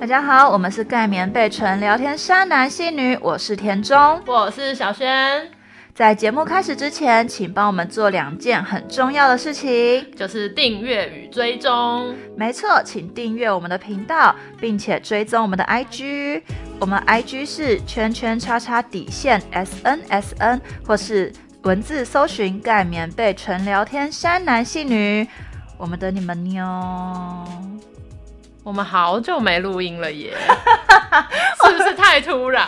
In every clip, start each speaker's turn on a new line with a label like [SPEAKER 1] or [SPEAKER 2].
[SPEAKER 1] 大家好，我们是盖棉被纯聊天山男性女，我是田中。
[SPEAKER 2] 我是小轩，
[SPEAKER 1] 在节目开始之前，请帮我们做两件很重要的事情。
[SPEAKER 2] 就是订阅与追踪。
[SPEAKER 1] 没错，请订阅我们的频道，并且追踪我们的 IG。我们 IG 是圈圈叉叉底线 S N S N，或是文字搜寻盖棉被纯聊天山男性女。我们等你们妞，
[SPEAKER 2] 我们好久没录音 了耶，是不是太突然？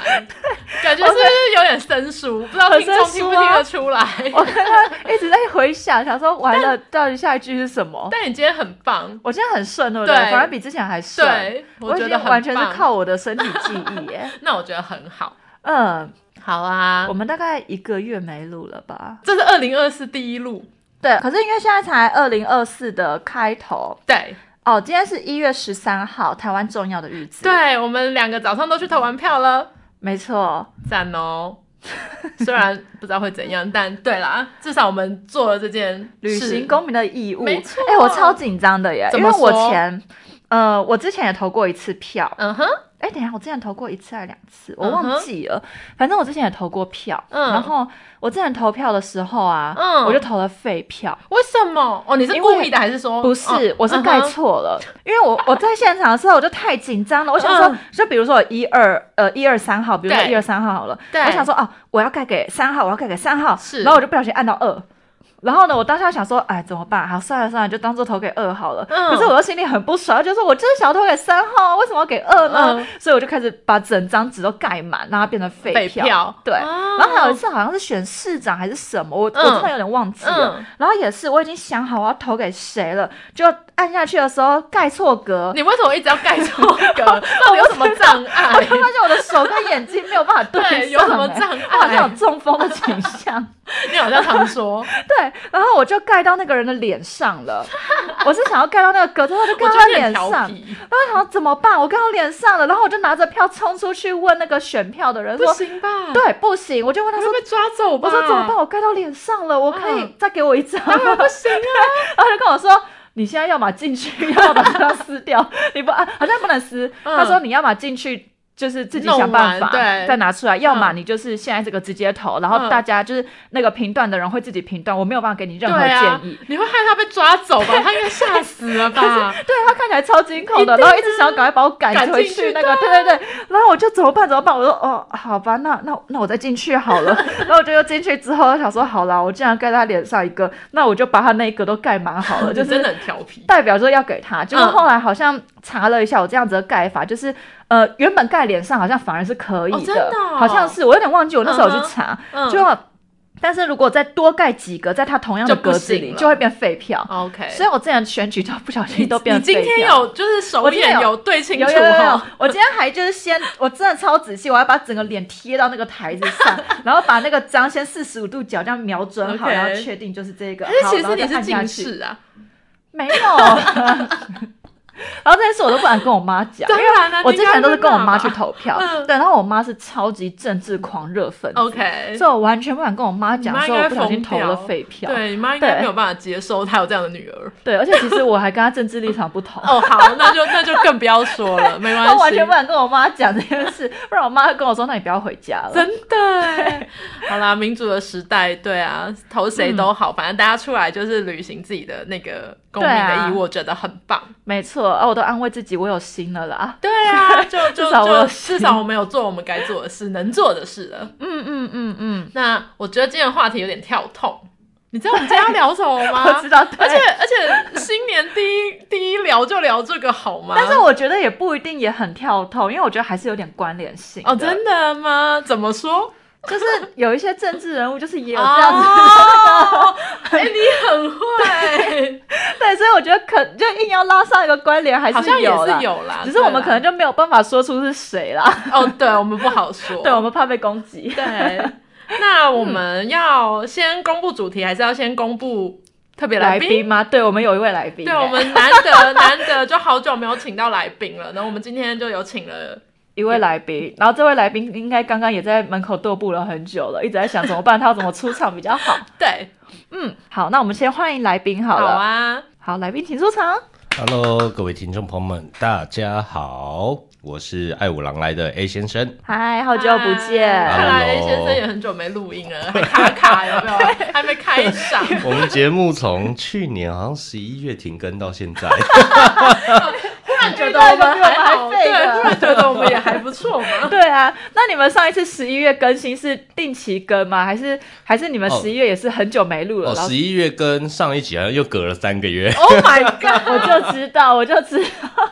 [SPEAKER 2] 感觉是不是有点生疏？不知道
[SPEAKER 1] 很
[SPEAKER 2] 听众
[SPEAKER 1] 生疏
[SPEAKER 2] 听不
[SPEAKER 1] 啊
[SPEAKER 2] 听得出来？
[SPEAKER 1] 我刚刚一直在回想，想说完了，到底下一句是什么？
[SPEAKER 2] 但你今天很棒，
[SPEAKER 1] 我今天很顺，对不对？
[SPEAKER 2] 对
[SPEAKER 1] 反而比之前还顺。
[SPEAKER 2] 对我
[SPEAKER 1] 已
[SPEAKER 2] 觉
[SPEAKER 1] 经
[SPEAKER 2] 得很
[SPEAKER 1] 完全是
[SPEAKER 2] 棒
[SPEAKER 1] 靠我的身体记忆耶。
[SPEAKER 2] 那我觉得很好。
[SPEAKER 1] 嗯，
[SPEAKER 2] 好啊
[SPEAKER 1] 我，们大概一个月没录了吧？
[SPEAKER 2] 这是二零二四第一录，
[SPEAKER 1] 对，可是因为现在才二零二四的开头
[SPEAKER 2] 对
[SPEAKER 1] 哦，今天是一月十三号，台湾重要的日子。，
[SPEAKER 2] 对，我们两个早上都去投完票了，
[SPEAKER 1] 没错，
[SPEAKER 2] 赞 哦。虽然不知道会怎样，但对啦，至少我们做了这件事
[SPEAKER 1] 履行公民的义务。
[SPEAKER 2] 没错
[SPEAKER 1] 哎、我超紧张的耶，
[SPEAKER 2] 怎
[SPEAKER 1] 因
[SPEAKER 2] 么
[SPEAKER 1] 为我
[SPEAKER 2] 说
[SPEAKER 1] 前。呃，我之前也投过一次票，
[SPEAKER 2] 嗯哼，
[SPEAKER 1] 哎，等一下，我之前投过一次还是两次，我
[SPEAKER 2] 嗯哼
[SPEAKER 1] 忘记了。反正我之前也投过票，
[SPEAKER 2] 嗯
[SPEAKER 1] 然后我之前投票的时候啊，
[SPEAKER 2] 嗯
[SPEAKER 1] 我就投了废票，
[SPEAKER 2] 为什么？哦，你是
[SPEAKER 1] 因
[SPEAKER 2] 故
[SPEAKER 1] 为
[SPEAKER 2] 意的还是说
[SPEAKER 1] 不是，
[SPEAKER 2] 哦
[SPEAKER 1] 我是
[SPEAKER 2] 嗯
[SPEAKER 1] 盖
[SPEAKER 2] 哼
[SPEAKER 1] 错了，因为我我在现场的时候我就太紧张了，我想 说
[SPEAKER 2] 嗯，
[SPEAKER 1] 就比如说一二呃一二三号，比如说
[SPEAKER 2] 对
[SPEAKER 1] 一二三号好了，
[SPEAKER 2] 对
[SPEAKER 1] 我想说哦，我要盖给三号，我要盖给三号，
[SPEAKER 2] 是
[SPEAKER 1] 然后我就不小心按到二。然后呢，我当下想说，哎，怎么办？好，算了算了，就当做投给二好了。
[SPEAKER 2] 嗯
[SPEAKER 1] 可是我又心里很不爽，就说我就是想要投给三号，为什么要给二呢？
[SPEAKER 2] 嗯
[SPEAKER 1] 所以我就开始把整张纸都盖满，让它变成废
[SPEAKER 2] 废
[SPEAKER 1] 票。
[SPEAKER 2] 票
[SPEAKER 1] 对，
[SPEAKER 2] 哦
[SPEAKER 1] 然后还有一次好像是选市长还是什么，我、
[SPEAKER 2] 嗯
[SPEAKER 1] 我真的有点忘记了。
[SPEAKER 2] 嗯
[SPEAKER 1] 然后也是我已经想好我要投给谁了，就按下去的时候盖错 格，
[SPEAKER 2] 你为什么一直要盖错 格？到底有什么障
[SPEAKER 1] 我
[SPEAKER 2] 碍
[SPEAKER 1] 就？发现我的手跟眼睛没有办法对上、
[SPEAKER 2] 对有什么
[SPEAKER 1] 哎
[SPEAKER 2] 障碍
[SPEAKER 1] 我好像有中风的倾向。
[SPEAKER 2] 你好像常说，
[SPEAKER 1] 对，然后我就盖到那个人的脸上了， 我是想要盖到那个格子，我就盖
[SPEAKER 2] 我
[SPEAKER 1] 到
[SPEAKER 2] 觉
[SPEAKER 1] 他
[SPEAKER 2] 得你
[SPEAKER 1] 脸
[SPEAKER 2] 很
[SPEAKER 1] 上，
[SPEAKER 2] 调
[SPEAKER 1] 然
[SPEAKER 2] 皮，
[SPEAKER 1] 后我想说怎么办？我盖到脸上了，然后我就拿着票冲出去问那个选票的人
[SPEAKER 2] 不
[SPEAKER 1] 说，
[SPEAKER 2] 行吧？，
[SPEAKER 1] 对，不行，我就问他
[SPEAKER 2] 你
[SPEAKER 1] 说
[SPEAKER 2] 会。被抓走吧？
[SPEAKER 1] 我说怎么办？？我盖到脸上了，我可以
[SPEAKER 2] 嗯
[SPEAKER 1] 再给我一张吗？
[SPEAKER 2] 啊当然不行啊！
[SPEAKER 1] 然 后他就跟我说：“你现在要么进 去，要么把它撕掉，你不啊，好像不能撕。
[SPEAKER 2] 嗯
[SPEAKER 1] 他说：“你要么进去。”就是自己
[SPEAKER 2] 弄
[SPEAKER 1] 想办法
[SPEAKER 2] 完对
[SPEAKER 1] 再拿出来，要么
[SPEAKER 2] 嗯
[SPEAKER 1] 你就是现在这个直接投，然后
[SPEAKER 2] 嗯
[SPEAKER 1] 大家就是那个评断的人会自己评断，我没有办法给你任何
[SPEAKER 2] 对啊
[SPEAKER 1] 建议。，
[SPEAKER 2] 你会害他被抓走 吧？他应该吓死了吧？
[SPEAKER 1] 对他看起来超惊恐的，
[SPEAKER 2] 一定
[SPEAKER 1] 然
[SPEAKER 2] 啊
[SPEAKER 1] 后一直想要赶快把我赶
[SPEAKER 2] 赶
[SPEAKER 1] 回
[SPEAKER 2] 进去
[SPEAKER 1] 那个，对对对。然后我就怎么办？怎么办？我说哦，好吧，那那那我再进去好 了。然后我就又进去之后，想说好啦，我既然盖在他脸上一个，那我就把他那一个都盖满好哦 了，就
[SPEAKER 2] 你
[SPEAKER 1] 是
[SPEAKER 2] 真的很调皮。
[SPEAKER 1] 代表说要给他，就是
[SPEAKER 2] 嗯
[SPEAKER 1] 后来好像查了一下，我这样子的盖法，就是呃，原本盖脸上好像反而是可以
[SPEAKER 2] 哦真的哦
[SPEAKER 1] 好像是我有点忘记，我那时候有去
[SPEAKER 2] 嗯哼
[SPEAKER 1] 查，
[SPEAKER 2] 嗯
[SPEAKER 1] 就但是如果再多盖几个，在它同样的
[SPEAKER 2] 就不
[SPEAKER 1] 格子里，
[SPEAKER 2] 行了
[SPEAKER 1] 就会变废票。
[SPEAKER 2] OK，
[SPEAKER 1] 所以我之前选举就不小心都变
[SPEAKER 2] 你
[SPEAKER 1] 成废
[SPEAKER 2] 今
[SPEAKER 1] 票。
[SPEAKER 2] 天有就是手
[SPEAKER 1] 我今天
[SPEAKER 2] 眼
[SPEAKER 1] 有
[SPEAKER 2] 有对清楚
[SPEAKER 1] 有有有有
[SPEAKER 2] 哈？，
[SPEAKER 1] 我今天还就是先，我真的超仔细，我还把整个脸贴到那个台子 上，然后把那个章先四十五度角这样瞄准好
[SPEAKER 2] OK
[SPEAKER 1] 然后确定就是这个。
[SPEAKER 2] 但是
[SPEAKER 1] 好
[SPEAKER 2] 其
[SPEAKER 1] 然后
[SPEAKER 2] 实
[SPEAKER 1] 再
[SPEAKER 2] 你是
[SPEAKER 1] 按下
[SPEAKER 2] 近
[SPEAKER 1] 去
[SPEAKER 2] 视啊，
[SPEAKER 1] 没有。然后这件事我都不敢跟我妈讲，
[SPEAKER 2] 当然啦，
[SPEAKER 1] 我
[SPEAKER 2] 啊你
[SPEAKER 1] 之
[SPEAKER 2] 应该
[SPEAKER 1] 前都是
[SPEAKER 2] 被
[SPEAKER 1] 跟我
[SPEAKER 2] 骂
[SPEAKER 1] 妈
[SPEAKER 2] 吧
[SPEAKER 1] 去。投票，
[SPEAKER 2] 嗯
[SPEAKER 1] 对，然后我妈是超级政治狂热粉丝
[SPEAKER 2] OK，
[SPEAKER 1] 所以我完全不敢跟我妈讲
[SPEAKER 2] 你妈
[SPEAKER 1] 说
[SPEAKER 2] 应
[SPEAKER 1] 我
[SPEAKER 2] 该
[SPEAKER 1] 不小心
[SPEAKER 2] 疯
[SPEAKER 1] 投了
[SPEAKER 2] 掉
[SPEAKER 1] 废票，
[SPEAKER 2] 对你妈应该
[SPEAKER 1] 对
[SPEAKER 2] 没有办法接受她有这样的女儿。。
[SPEAKER 1] 对，而且其实我还跟她政治立场不同
[SPEAKER 2] 哦，好，那就那就更不要说了，没关
[SPEAKER 1] 我
[SPEAKER 2] 系，
[SPEAKER 1] 完全不敢跟我妈讲这件事，不然我妈会跟我说：“那你不要回家了。”
[SPEAKER 2] 真的欸。好啦，民主的时代，对啊，投谁都好，反正大家出来就是履行自己的那个公民
[SPEAKER 1] 对啊
[SPEAKER 2] 的义务，我觉得很棒。
[SPEAKER 1] 没错，啊，我都安慰自己我有心了啦。
[SPEAKER 2] 对 啊，就就
[SPEAKER 1] 至少我有
[SPEAKER 2] 就至少我们有做我们该做的事，能做的事了。
[SPEAKER 1] 嗯嗯嗯嗯，
[SPEAKER 2] 那我觉得今天的话题有点跳痛，你知道我们今天要聊什么 吗？
[SPEAKER 1] 我知道，对
[SPEAKER 2] 而且而且新年第一第一聊就聊这个好吗？
[SPEAKER 1] 但是我觉得也不一定也很跳痛，因为我觉得还是有点关联性
[SPEAKER 2] 哦，真的吗？怎么说？
[SPEAKER 1] 就是有一些政治人物，就是也有这样子，
[SPEAKER 2] 哦，哎、你 很会，
[SPEAKER 1] 对，所以我觉得可就硬要拉上一个关联，还
[SPEAKER 2] 好像也
[SPEAKER 1] 有啦
[SPEAKER 2] 是，有啦，
[SPEAKER 1] 只是我们可能
[SPEAKER 2] 就
[SPEAKER 1] 就没有办法说出是谁啦，
[SPEAKER 2] 哦，对我们不好说，
[SPEAKER 1] 对我们怕被攻击。
[SPEAKER 2] 对。那我们要先公布主题，还是要先公布特别来
[SPEAKER 1] 来
[SPEAKER 2] 宾？
[SPEAKER 1] 宾吗？对，我们有一位来宾欸，
[SPEAKER 2] 对我们难得难得就好久没有请到来宾了，然后我们今天就有请了，
[SPEAKER 1] 一位来宾，然后这位来宾应该刚刚也在门口踱步了很久了，一直在想怎么办，他要怎么出场比较好。
[SPEAKER 2] 对，
[SPEAKER 1] 嗯，好，那我们先欢迎来宾好
[SPEAKER 2] 好
[SPEAKER 1] 了。
[SPEAKER 2] 啊，
[SPEAKER 1] 好，来宾请出场。
[SPEAKER 3] Hello，各位听众朋友们，大家好。我是爱五郎来的 A 先生。
[SPEAKER 1] 嗨，好久不
[SPEAKER 2] 嗨
[SPEAKER 1] 见。
[SPEAKER 2] 看来 A
[SPEAKER 3] Hello
[SPEAKER 2] 先生也很久没录音了，还卡卡有 没有？还没开嗓，
[SPEAKER 3] 我们节目从去年好像十一月停更到 现在，
[SPEAKER 2] 突然觉得我们还
[SPEAKER 1] 遇到一个比我们还
[SPEAKER 2] 好，
[SPEAKER 1] 废
[SPEAKER 2] 对，
[SPEAKER 1] 的
[SPEAKER 2] 突然觉得我们也还不错嘛。
[SPEAKER 1] 对啊，那你们上一次十一月更新是定期更吗？还是还是你们
[SPEAKER 3] 哦
[SPEAKER 1] 十一月也是很久没录了？
[SPEAKER 3] 哦，
[SPEAKER 1] 老哦
[SPEAKER 3] 十一月跟上一集好像又隔了三个月。
[SPEAKER 2] Oh my god！
[SPEAKER 1] 我就知道，我就知道。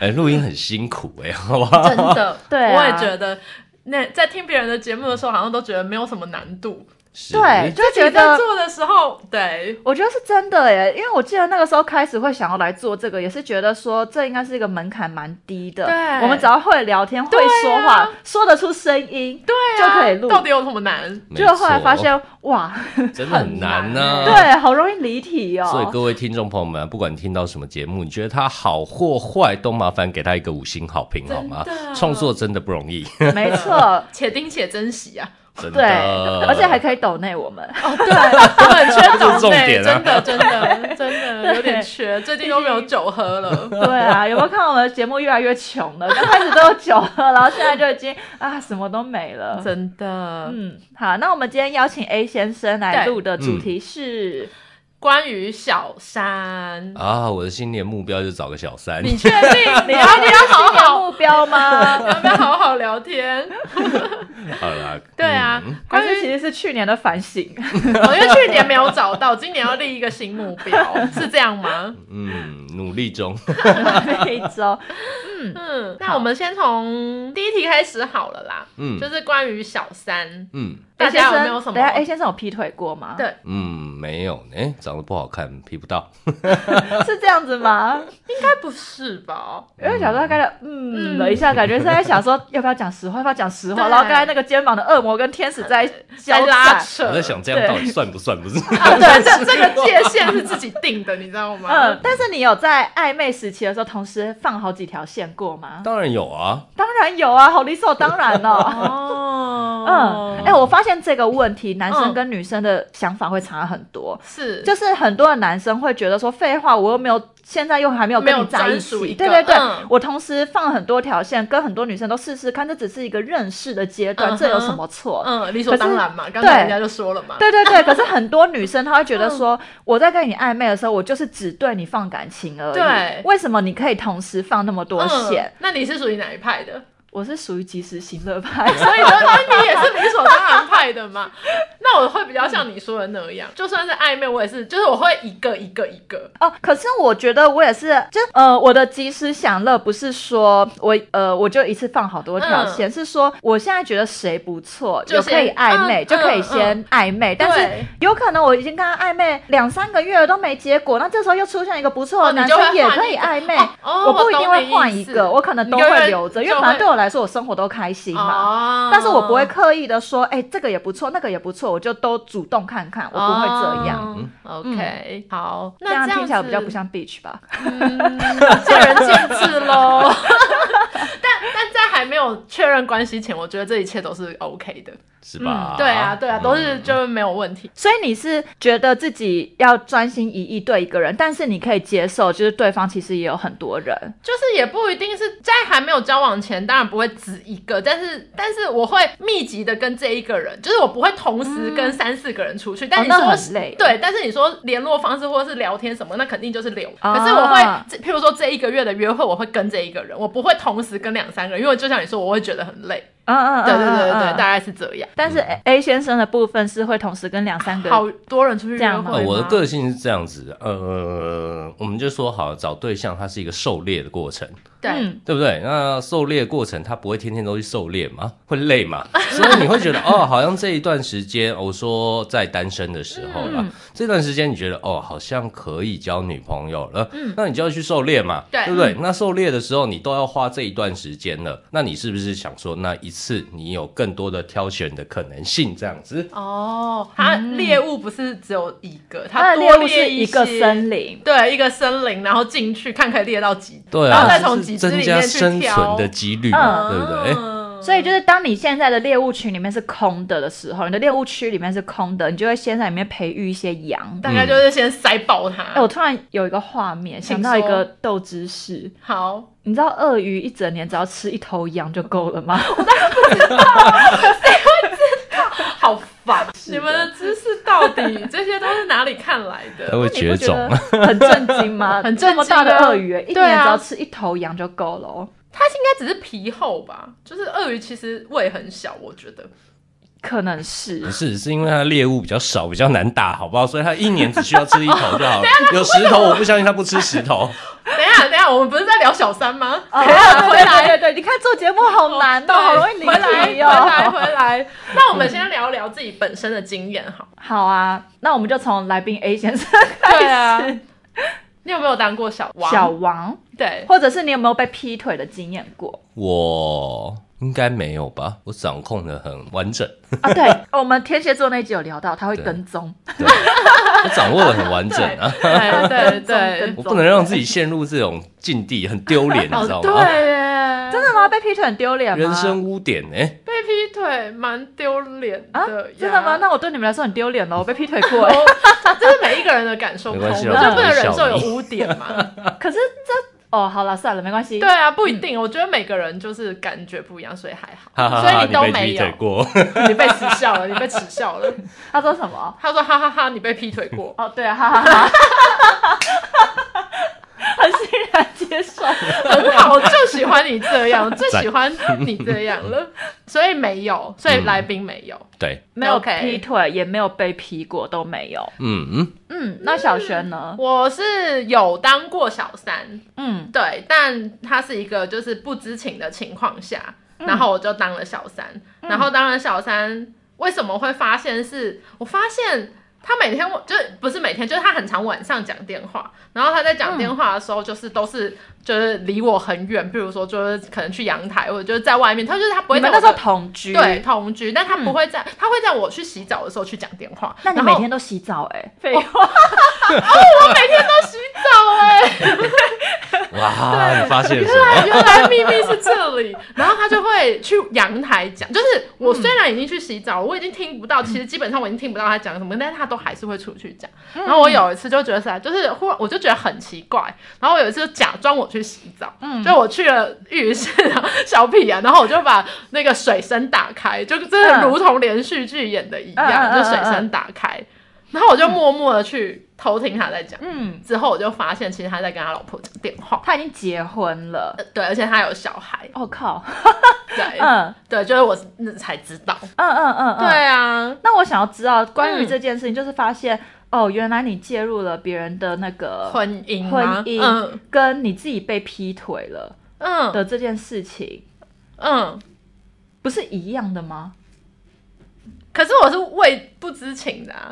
[SPEAKER 3] 哎、录音很辛苦哎、 好不好？
[SPEAKER 2] 真的，
[SPEAKER 1] 对啊
[SPEAKER 2] 我也觉得。那在听别人的节目的时候，好像都觉得没有什么难度。
[SPEAKER 3] 是
[SPEAKER 1] 对，就觉
[SPEAKER 2] 自己在
[SPEAKER 1] 得
[SPEAKER 2] 做的时候，对，
[SPEAKER 1] 我觉得是真的耶，因为我记得那个时候开始会想要来做这个，也是觉得说这应该是一个门槛蛮低的。
[SPEAKER 2] 对
[SPEAKER 1] 我们只要会聊天、会
[SPEAKER 2] 对啊
[SPEAKER 1] 说话、说得出声音，
[SPEAKER 2] 对啊，
[SPEAKER 1] 就可以录
[SPEAKER 2] 到底有什么难？
[SPEAKER 3] 没
[SPEAKER 1] 就后来发
[SPEAKER 3] 错
[SPEAKER 1] 现哇，
[SPEAKER 3] 真的很难呢、啊
[SPEAKER 2] 很难
[SPEAKER 1] 对，啊好容易离题哦。
[SPEAKER 3] 所以各位听众朋友们啊、不管听到什么节目，你觉得它好或坏，都麻烦给它一个五星好评好吗
[SPEAKER 2] 真的？
[SPEAKER 3] 创作真的不容易，
[SPEAKER 1] 没错，
[SPEAKER 2] 且盯且珍惜 啊！
[SPEAKER 3] 真的。
[SPEAKER 1] 对，而且还可以抖内我 们。
[SPEAKER 2] 哦，对，我很缺
[SPEAKER 3] 这
[SPEAKER 2] 懂
[SPEAKER 3] 是重点啊
[SPEAKER 2] 真的，真的，真的
[SPEAKER 1] 对
[SPEAKER 2] 有点缺，最近都没有酒喝 了。
[SPEAKER 1] 对啊，有没有看我们的节目越来越穷了？刚开始都有酒喝，然后现在就已经啊什么都没了。
[SPEAKER 2] 真的，
[SPEAKER 1] 嗯，好，那我们今天邀请 A 先生来
[SPEAKER 2] 对
[SPEAKER 1] 录的主题是。
[SPEAKER 2] 关于小山，
[SPEAKER 3] 啊，我的新年目标就是找个小三。
[SPEAKER 2] 你确定
[SPEAKER 1] 你
[SPEAKER 2] 你要
[SPEAKER 1] 要你
[SPEAKER 2] 不要
[SPEAKER 1] 要
[SPEAKER 2] 好
[SPEAKER 1] 新年
[SPEAKER 2] 好，
[SPEAKER 1] 目标吗？
[SPEAKER 2] 要不要好好聊 天？
[SPEAKER 3] 好啦，
[SPEAKER 2] 对啊
[SPEAKER 3] 嗯，
[SPEAKER 1] 还
[SPEAKER 2] 关
[SPEAKER 1] 是其
[SPEAKER 2] 于
[SPEAKER 1] 实是去年的反 省，
[SPEAKER 2] 哦因为去年没有找到，今年要立一个新目标，是这样吗？
[SPEAKER 3] 嗯，努力 中。
[SPEAKER 1] 一周
[SPEAKER 2] 嗯，那我们先从第一题开始好了啦，
[SPEAKER 3] 嗯
[SPEAKER 2] 就是关于小三，
[SPEAKER 3] 嗯
[SPEAKER 2] 大
[SPEAKER 1] A 哎先
[SPEAKER 2] 家有
[SPEAKER 1] 生，
[SPEAKER 2] 没有什么？
[SPEAKER 1] 等一下 A 先生有劈腿过吗？
[SPEAKER 2] 对
[SPEAKER 3] 嗯，没有呢、长得不好看，劈不到。
[SPEAKER 1] 是这样子 吗？
[SPEAKER 2] 应该不是吧？
[SPEAKER 1] 因为小时候刚才嗯
[SPEAKER 2] 嗯
[SPEAKER 1] 了一下，感觉是在想说要不要讲实话，要不要讲实话。
[SPEAKER 2] 对
[SPEAKER 1] 然后刚才那个肩膀的恶魔跟天使在
[SPEAKER 2] 在
[SPEAKER 1] 交
[SPEAKER 2] 拉
[SPEAKER 1] 战，
[SPEAKER 2] 扯，
[SPEAKER 3] 我在想，这样
[SPEAKER 1] 对
[SPEAKER 3] 到底算不算？不是，
[SPEAKER 2] 啊，对，这这个界限是自己定的，你知道吗？
[SPEAKER 1] 嗯，但是你有在暧昧时期的时候同时放好几条线过吗？
[SPEAKER 3] 当然有啊。
[SPEAKER 1] 当然有啊，好理所当然哦。
[SPEAKER 2] 哦
[SPEAKER 1] 嗯，哎、
[SPEAKER 3] 欸
[SPEAKER 1] 我发现这个问题，男生
[SPEAKER 2] 嗯
[SPEAKER 1] 跟女生的想法会差很多。
[SPEAKER 2] 是，
[SPEAKER 1] 就是很多的男生会觉得说，废话，我又没有，现在又还没有跟
[SPEAKER 2] 没
[SPEAKER 1] 你
[SPEAKER 2] 有
[SPEAKER 1] 在一
[SPEAKER 2] 专
[SPEAKER 1] 起
[SPEAKER 2] 属，一
[SPEAKER 1] 对
[SPEAKER 2] 个
[SPEAKER 1] 对对，
[SPEAKER 2] 嗯
[SPEAKER 1] 我同时放很多条线，跟很多女生都试试看，这只是一个认识的阶段，
[SPEAKER 2] 嗯哼
[SPEAKER 1] 这有什么错？
[SPEAKER 2] 嗯，理所当然嘛，刚才人家就说了嘛，
[SPEAKER 1] 对对对，可是很多女生她会觉得
[SPEAKER 2] 嗯
[SPEAKER 1] 说，我在跟你暧昧的时候，我就是只对你放感情而已。
[SPEAKER 2] 对
[SPEAKER 1] 为什么你可以同时放那么多线？
[SPEAKER 2] 嗯。那你是属于哪一派的？
[SPEAKER 1] 我是属于及时行乐派，
[SPEAKER 2] 所以说，那你也是理所当然派的嘛？那我会比较像你说的那样，就算是暧昧，我也是，就是我会一个一个一个，
[SPEAKER 1] 哦，可是我觉得我也是，就是呃，我的及时享乐不是说我呃我就一次放好多条线，是说我现在觉得谁不错，
[SPEAKER 2] 嗯就
[SPEAKER 1] 有可以
[SPEAKER 2] 先
[SPEAKER 1] 暧昧，
[SPEAKER 2] 嗯
[SPEAKER 1] 就可以
[SPEAKER 2] 嗯
[SPEAKER 1] 先暧昧，但是。
[SPEAKER 2] 对
[SPEAKER 1] 有可能我已经跟他暧昧两三个月了都没结果，那这时候又出现一个不错的
[SPEAKER 2] 哦你
[SPEAKER 1] 男
[SPEAKER 2] 就会
[SPEAKER 1] 生也
[SPEAKER 2] 换
[SPEAKER 1] 可以
[SPEAKER 2] 一个
[SPEAKER 1] 暧昧，
[SPEAKER 2] 哦哦
[SPEAKER 1] 我不一
[SPEAKER 2] 我
[SPEAKER 1] 定
[SPEAKER 2] 懂
[SPEAKER 1] 会
[SPEAKER 2] 你
[SPEAKER 1] 换
[SPEAKER 2] 意
[SPEAKER 1] 一
[SPEAKER 2] 思
[SPEAKER 1] 个，我可能
[SPEAKER 2] 你
[SPEAKER 1] 都
[SPEAKER 2] 就
[SPEAKER 1] 会
[SPEAKER 2] 会
[SPEAKER 1] 留着，因为
[SPEAKER 2] 就
[SPEAKER 1] 反正
[SPEAKER 2] 会
[SPEAKER 1] 对我来说我生活都开心嘛。
[SPEAKER 2] 哦
[SPEAKER 1] 但是我不会刻意的说，哎、这个也不错，那个也不错，我就都主动看看，我不会这样。
[SPEAKER 3] 嗯
[SPEAKER 1] 嗯
[SPEAKER 2] 哦 OK，好，那
[SPEAKER 1] 这样
[SPEAKER 2] 这
[SPEAKER 1] 听起来
[SPEAKER 2] 子
[SPEAKER 1] 比较不像 beach 吧？
[SPEAKER 2] 嗯，见 仁见智喽。 但但在还没有确认关系前，我觉得这一切都是 OK 的。
[SPEAKER 3] 是吧？
[SPEAKER 2] 对啊，对啊，都是
[SPEAKER 3] 嗯
[SPEAKER 2] 就是没有问题。
[SPEAKER 1] 所以你是觉得自己要专心一意对一个人，但是你可以接受，就是对方其实也有很多人。
[SPEAKER 2] 就是也不一定是在还没有交往前，当然不会只一个，但是但是我会密集的跟这一个人，就是我不会同时跟三四个人出去。但
[SPEAKER 1] 嗯哦
[SPEAKER 2] 你
[SPEAKER 1] 那
[SPEAKER 2] 说、
[SPEAKER 1] 很累
[SPEAKER 2] 对，但是你说联络方式或者是聊天什么，那肯定就是留。
[SPEAKER 1] 啊
[SPEAKER 2] 可是我会，这譬如说这一个月的约会，我会跟这一个人，我不会同时跟两三个人，因为就像你说，我会觉得很累。
[SPEAKER 1] 嗯嗯，嗯
[SPEAKER 2] 对对对对对，
[SPEAKER 1] 嗯嗯
[SPEAKER 2] 大概是这样。
[SPEAKER 1] 但是 A- A 先生的部分是会同时跟两三个人。
[SPEAKER 2] 好多人出去
[SPEAKER 1] 这
[SPEAKER 2] 约
[SPEAKER 1] 样
[SPEAKER 2] 会
[SPEAKER 1] 吗
[SPEAKER 2] 吗、
[SPEAKER 3] 呃，我的个性是这样子，呃，我们就说好找对象，它是一个狩猎的过程，
[SPEAKER 2] 对、
[SPEAKER 1] 嗯
[SPEAKER 3] 对不对？那狩猎过程，它不会天天都去狩猎嘛，会累嘛，所以你会觉得哦，好像这一段时间，我说在单身的时候啦，
[SPEAKER 2] 嗯
[SPEAKER 3] 这段时间你觉得哦，好像可以交女朋友了，那你就要去狩猎嘛，
[SPEAKER 2] 嗯对
[SPEAKER 3] 不对？那狩猎的时候，你都要花这一段时间了，那你是不是想说，那一次你有更多的挑选的可能性，这样子？
[SPEAKER 2] 哦，它猎物不是只有一个，
[SPEAKER 1] 嗯他
[SPEAKER 2] 它
[SPEAKER 1] 的
[SPEAKER 2] 多
[SPEAKER 1] 猎物是
[SPEAKER 2] 猎
[SPEAKER 1] 一
[SPEAKER 2] 一
[SPEAKER 1] 个
[SPEAKER 2] 些
[SPEAKER 1] 森林，
[SPEAKER 2] 对，一个森林，然后进去看可以猎到几，
[SPEAKER 3] 对
[SPEAKER 2] 然
[SPEAKER 3] 啊，
[SPEAKER 2] 后再
[SPEAKER 3] 就是
[SPEAKER 2] 从几只
[SPEAKER 3] 增
[SPEAKER 2] 里
[SPEAKER 3] 加
[SPEAKER 2] 面去
[SPEAKER 3] 生存
[SPEAKER 2] 挑
[SPEAKER 3] 的，几率嘛，对不对？
[SPEAKER 2] 嗯
[SPEAKER 1] 所以就是当你现在的猎物群里面是空的的时候，你的猎物区里面是空的，你就会先在里面培育一些羊。
[SPEAKER 2] 大概就是先塞爆它。
[SPEAKER 1] 哎、我突然有一个画面，
[SPEAKER 2] 请
[SPEAKER 1] 想到一
[SPEAKER 2] 说
[SPEAKER 1] 个豆知识，
[SPEAKER 2] 好，
[SPEAKER 1] 你知道鳄鱼一整年只要吃一头羊就够了吗？
[SPEAKER 2] 好烦！
[SPEAKER 1] 的
[SPEAKER 2] 你们的知识到底这些都是哪里看来
[SPEAKER 3] 它
[SPEAKER 2] 的？
[SPEAKER 3] 会
[SPEAKER 1] 那你
[SPEAKER 3] 绝
[SPEAKER 1] 不觉
[SPEAKER 3] 种。
[SPEAKER 1] 得很震惊吗？
[SPEAKER 2] 很震
[SPEAKER 1] 这么
[SPEAKER 2] 惊
[SPEAKER 1] 大的
[SPEAKER 2] 啊
[SPEAKER 1] 鳄鱼，欸一
[SPEAKER 2] 对
[SPEAKER 1] 年
[SPEAKER 2] 啊
[SPEAKER 1] 只要吃一头羊就够了哦。
[SPEAKER 2] 它应该只是皮厚吧？就是鳄鱼其实胃很小，我觉得。
[SPEAKER 1] 可能是
[SPEAKER 3] 不是，是因为它猎物比较少，比较难打，好不好？所以它一年只需要吃一头就好 了。有十头，我不相信它不吃十头。
[SPEAKER 2] 等一下，等一下，我们不是在聊小三吗？
[SPEAKER 1] 哦，
[SPEAKER 2] 等一下 回
[SPEAKER 1] 回来，
[SPEAKER 2] 来。
[SPEAKER 1] 对对，你看做节目好难哦，好容易离
[SPEAKER 2] 回来，回
[SPEAKER 1] 题
[SPEAKER 2] 来，
[SPEAKER 1] 哦。
[SPEAKER 2] 回来。那我们先聊聊自己本身的经验好。
[SPEAKER 1] 好啊，那我们就从来宾 A 先生
[SPEAKER 2] 对啊
[SPEAKER 1] 开始，
[SPEAKER 2] 你有没有当过小王？
[SPEAKER 1] 小王，
[SPEAKER 2] 对，
[SPEAKER 1] 或者是你有没有被劈腿的经验过？
[SPEAKER 3] 我应该没有吧？我掌控的很完整，
[SPEAKER 1] 啊，对，我们天蝎座那一集有聊到，他会
[SPEAKER 3] 对
[SPEAKER 1] 跟踪，
[SPEAKER 3] 我掌握的很完整啊！
[SPEAKER 2] 对对对
[SPEAKER 1] 跟，
[SPEAKER 3] 我不能让自己陷入这种境地，很丢脸，你知
[SPEAKER 2] 哦
[SPEAKER 3] 道吗？
[SPEAKER 2] 对耶，
[SPEAKER 1] 真的吗？被劈腿很丢脸吗？
[SPEAKER 3] 人生污点哎、
[SPEAKER 2] 被劈腿蛮丢脸
[SPEAKER 1] 啊
[SPEAKER 2] 的呀，，
[SPEAKER 1] 真的吗？那我对你们来说很丢脸了，我被劈腿 过欸。
[SPEAKER 2] 我这是每一个人的感受不同，
[SPEAKER 3] 没
[SPEAKER 2] 我
[SPEAKER 3] 关系
[SPEAKER 2] 就
[SPEAKER 3] 啦
[SPEAKER 2] 不能
[SPEAKER 3] 我
[SPEAKER 2] 忍受
[SPEAKER 3] 笑
[SPEAKER 2] 有
[SPEAKER 3] 你
[SPEAKER 2] 污点 嘛。
[SPEAKER 1] 可是这哦，好了，算了，没关系。
[SPEAKER 2] 对啊，不一定，我觉得每个人就是感觉不一样，所以还好。
[SPEAKER 3] 哈哈
[SPEAKER 2] 所
[SPEAKER 3] 哈！
[SPEAKER 2] 以
[SPEAKER 3] 你
[SPEAKER 2] 都
[SPEAKER 3] 被
[SPEAKER 2] 没
[SPEAKER 3] 劈
[SPEAKER 2] 有
[SPEAKER 3] 腿，过，
[SPEAKER 2] 你被耻笑了，你被耻笑了。
[SPEAKER 1] 他说什么？
[SPEAKER 2] 他说哈哈哈，你被劈腿过。
[SPEAKER 1] 哦，对啊，哈哈哈。 很欣然接受，
[SPEAKER 2] 很好，就喜欢你这样，最喜欢你这样 了。所以没有，所以来宾没有。
[SPEAKER 3] 对，
[SPEAKER 1] 没有
[SPEAKER 2] OK
[SPEAKER 1] 劈腿，也没有被劈过，都没有。
[SPEAKER 3] 嗯嗯，
[SPEAKER 1] 嗯，那小轩呢？
[SPEAKER 2] 我是有当过小三，
[SPEAKER 1] 嗯，
[SPEAKER 2] 对，但他是一个就是不知情的情况下，
[SPEAKER 1] 嗯
[SPEAKER 2] 然后我就当了小三，然后当了小三，为什么会发现是？我发现他每天就是不是每天，就是他很常晚上讲电话，然后他在讲电话的时候，就是都是就是离我很远，比如说就是可能去阳台或者就是在外面，他就是他不
[SPEAKER 1] 你
[SPEAKER 2] 会在
[SPEAKER 1] 们那
[SPEAKER 2] 我
[SPEAKER 1] 时候
[SPEAKER 2] 的
[SPEAKER 1] 同居，
[SPEAKER 2] 对，同居，但他不会在，他会在我去洗澡的时候去讲电话。
[SPEAKER 1] 那你
[SPEAKER 2] 然
[SPEAKER 1] 每
[SPEAKER 2] 后
[SPEAKER 1] 天都洗澡哎？废话，
[SPEAKER 2] 洗澡哎、
[SPEAKER 3] 哇，你发现了什
[SPEAKER 2] 原来
[SPEAKER 3] 么？
[SPEAKER 2] 原来秘密是这里，然后他就会去阳台讲，就是我虽然已经去洗澡，我已经听
[SPEAKER 1] 嗯
[SPEAKER 2] 不到，其实基本上我已经听不到他讲什么，但是他都还是会出去讲。然后我有一次就觉得啥，就是忽然我就觉得很奇怪，然后我有一次就假装我去洗澡，
[SPEAKER 1] 嗯
[SPEAKER 2] 就我去了浴室啊，小屁啊，然后我就把那个水声打开，就真的如同连续剧演的一
[SPEAKER 1] 嗯嗯嗯
[SPEAKER 2] 样，
[SPEAKER 1] 嗯
[SPEAKER 2] 就水声打开，然后我就默默的去偷听他在讲。
[SPEAKER 1] 嗯，
[SPEAKER 2] 之后我就发现，其实他在跟他老婆讲电话。
[SPEAKER 1] 他已经结婚了。
[SPEAKER 2] 呃对，而且他有小孩，
[SPEAKER 1] 我、靠，
[SPEAKER 2] 对，
[SPEAKER 1] 嗯
[SPEAKER 2] 对，就是我那才知道，
[SPEAKER 1] 嗯嗯嗯，嗯
[SPEAKER 2] 对。啊，
[SPEAKER 1] 那我想要知道关于
[SPEAKER 2] 嗯
[SPEAKER 1] 这件事情，就是发现、哦，原来你介入了别人的那个
[SPEAKER 2] 婚姻
[SPEAKER 1] 婚
[SPEAKER 2] 吗，
[SPEAKER 1] 姻
[SPEAKER 2] 嗯
[SPEAKER 1] 跟你自己被劈腿了
[SPEAKER 2] 嗯
[SPEAKER 1] 的这件事情，
[SPEAKER 2] 嗯，
[SPEAKER 1] 不是一样的吗？
[SPEAKER 2] 可是我是为不知情的、啊，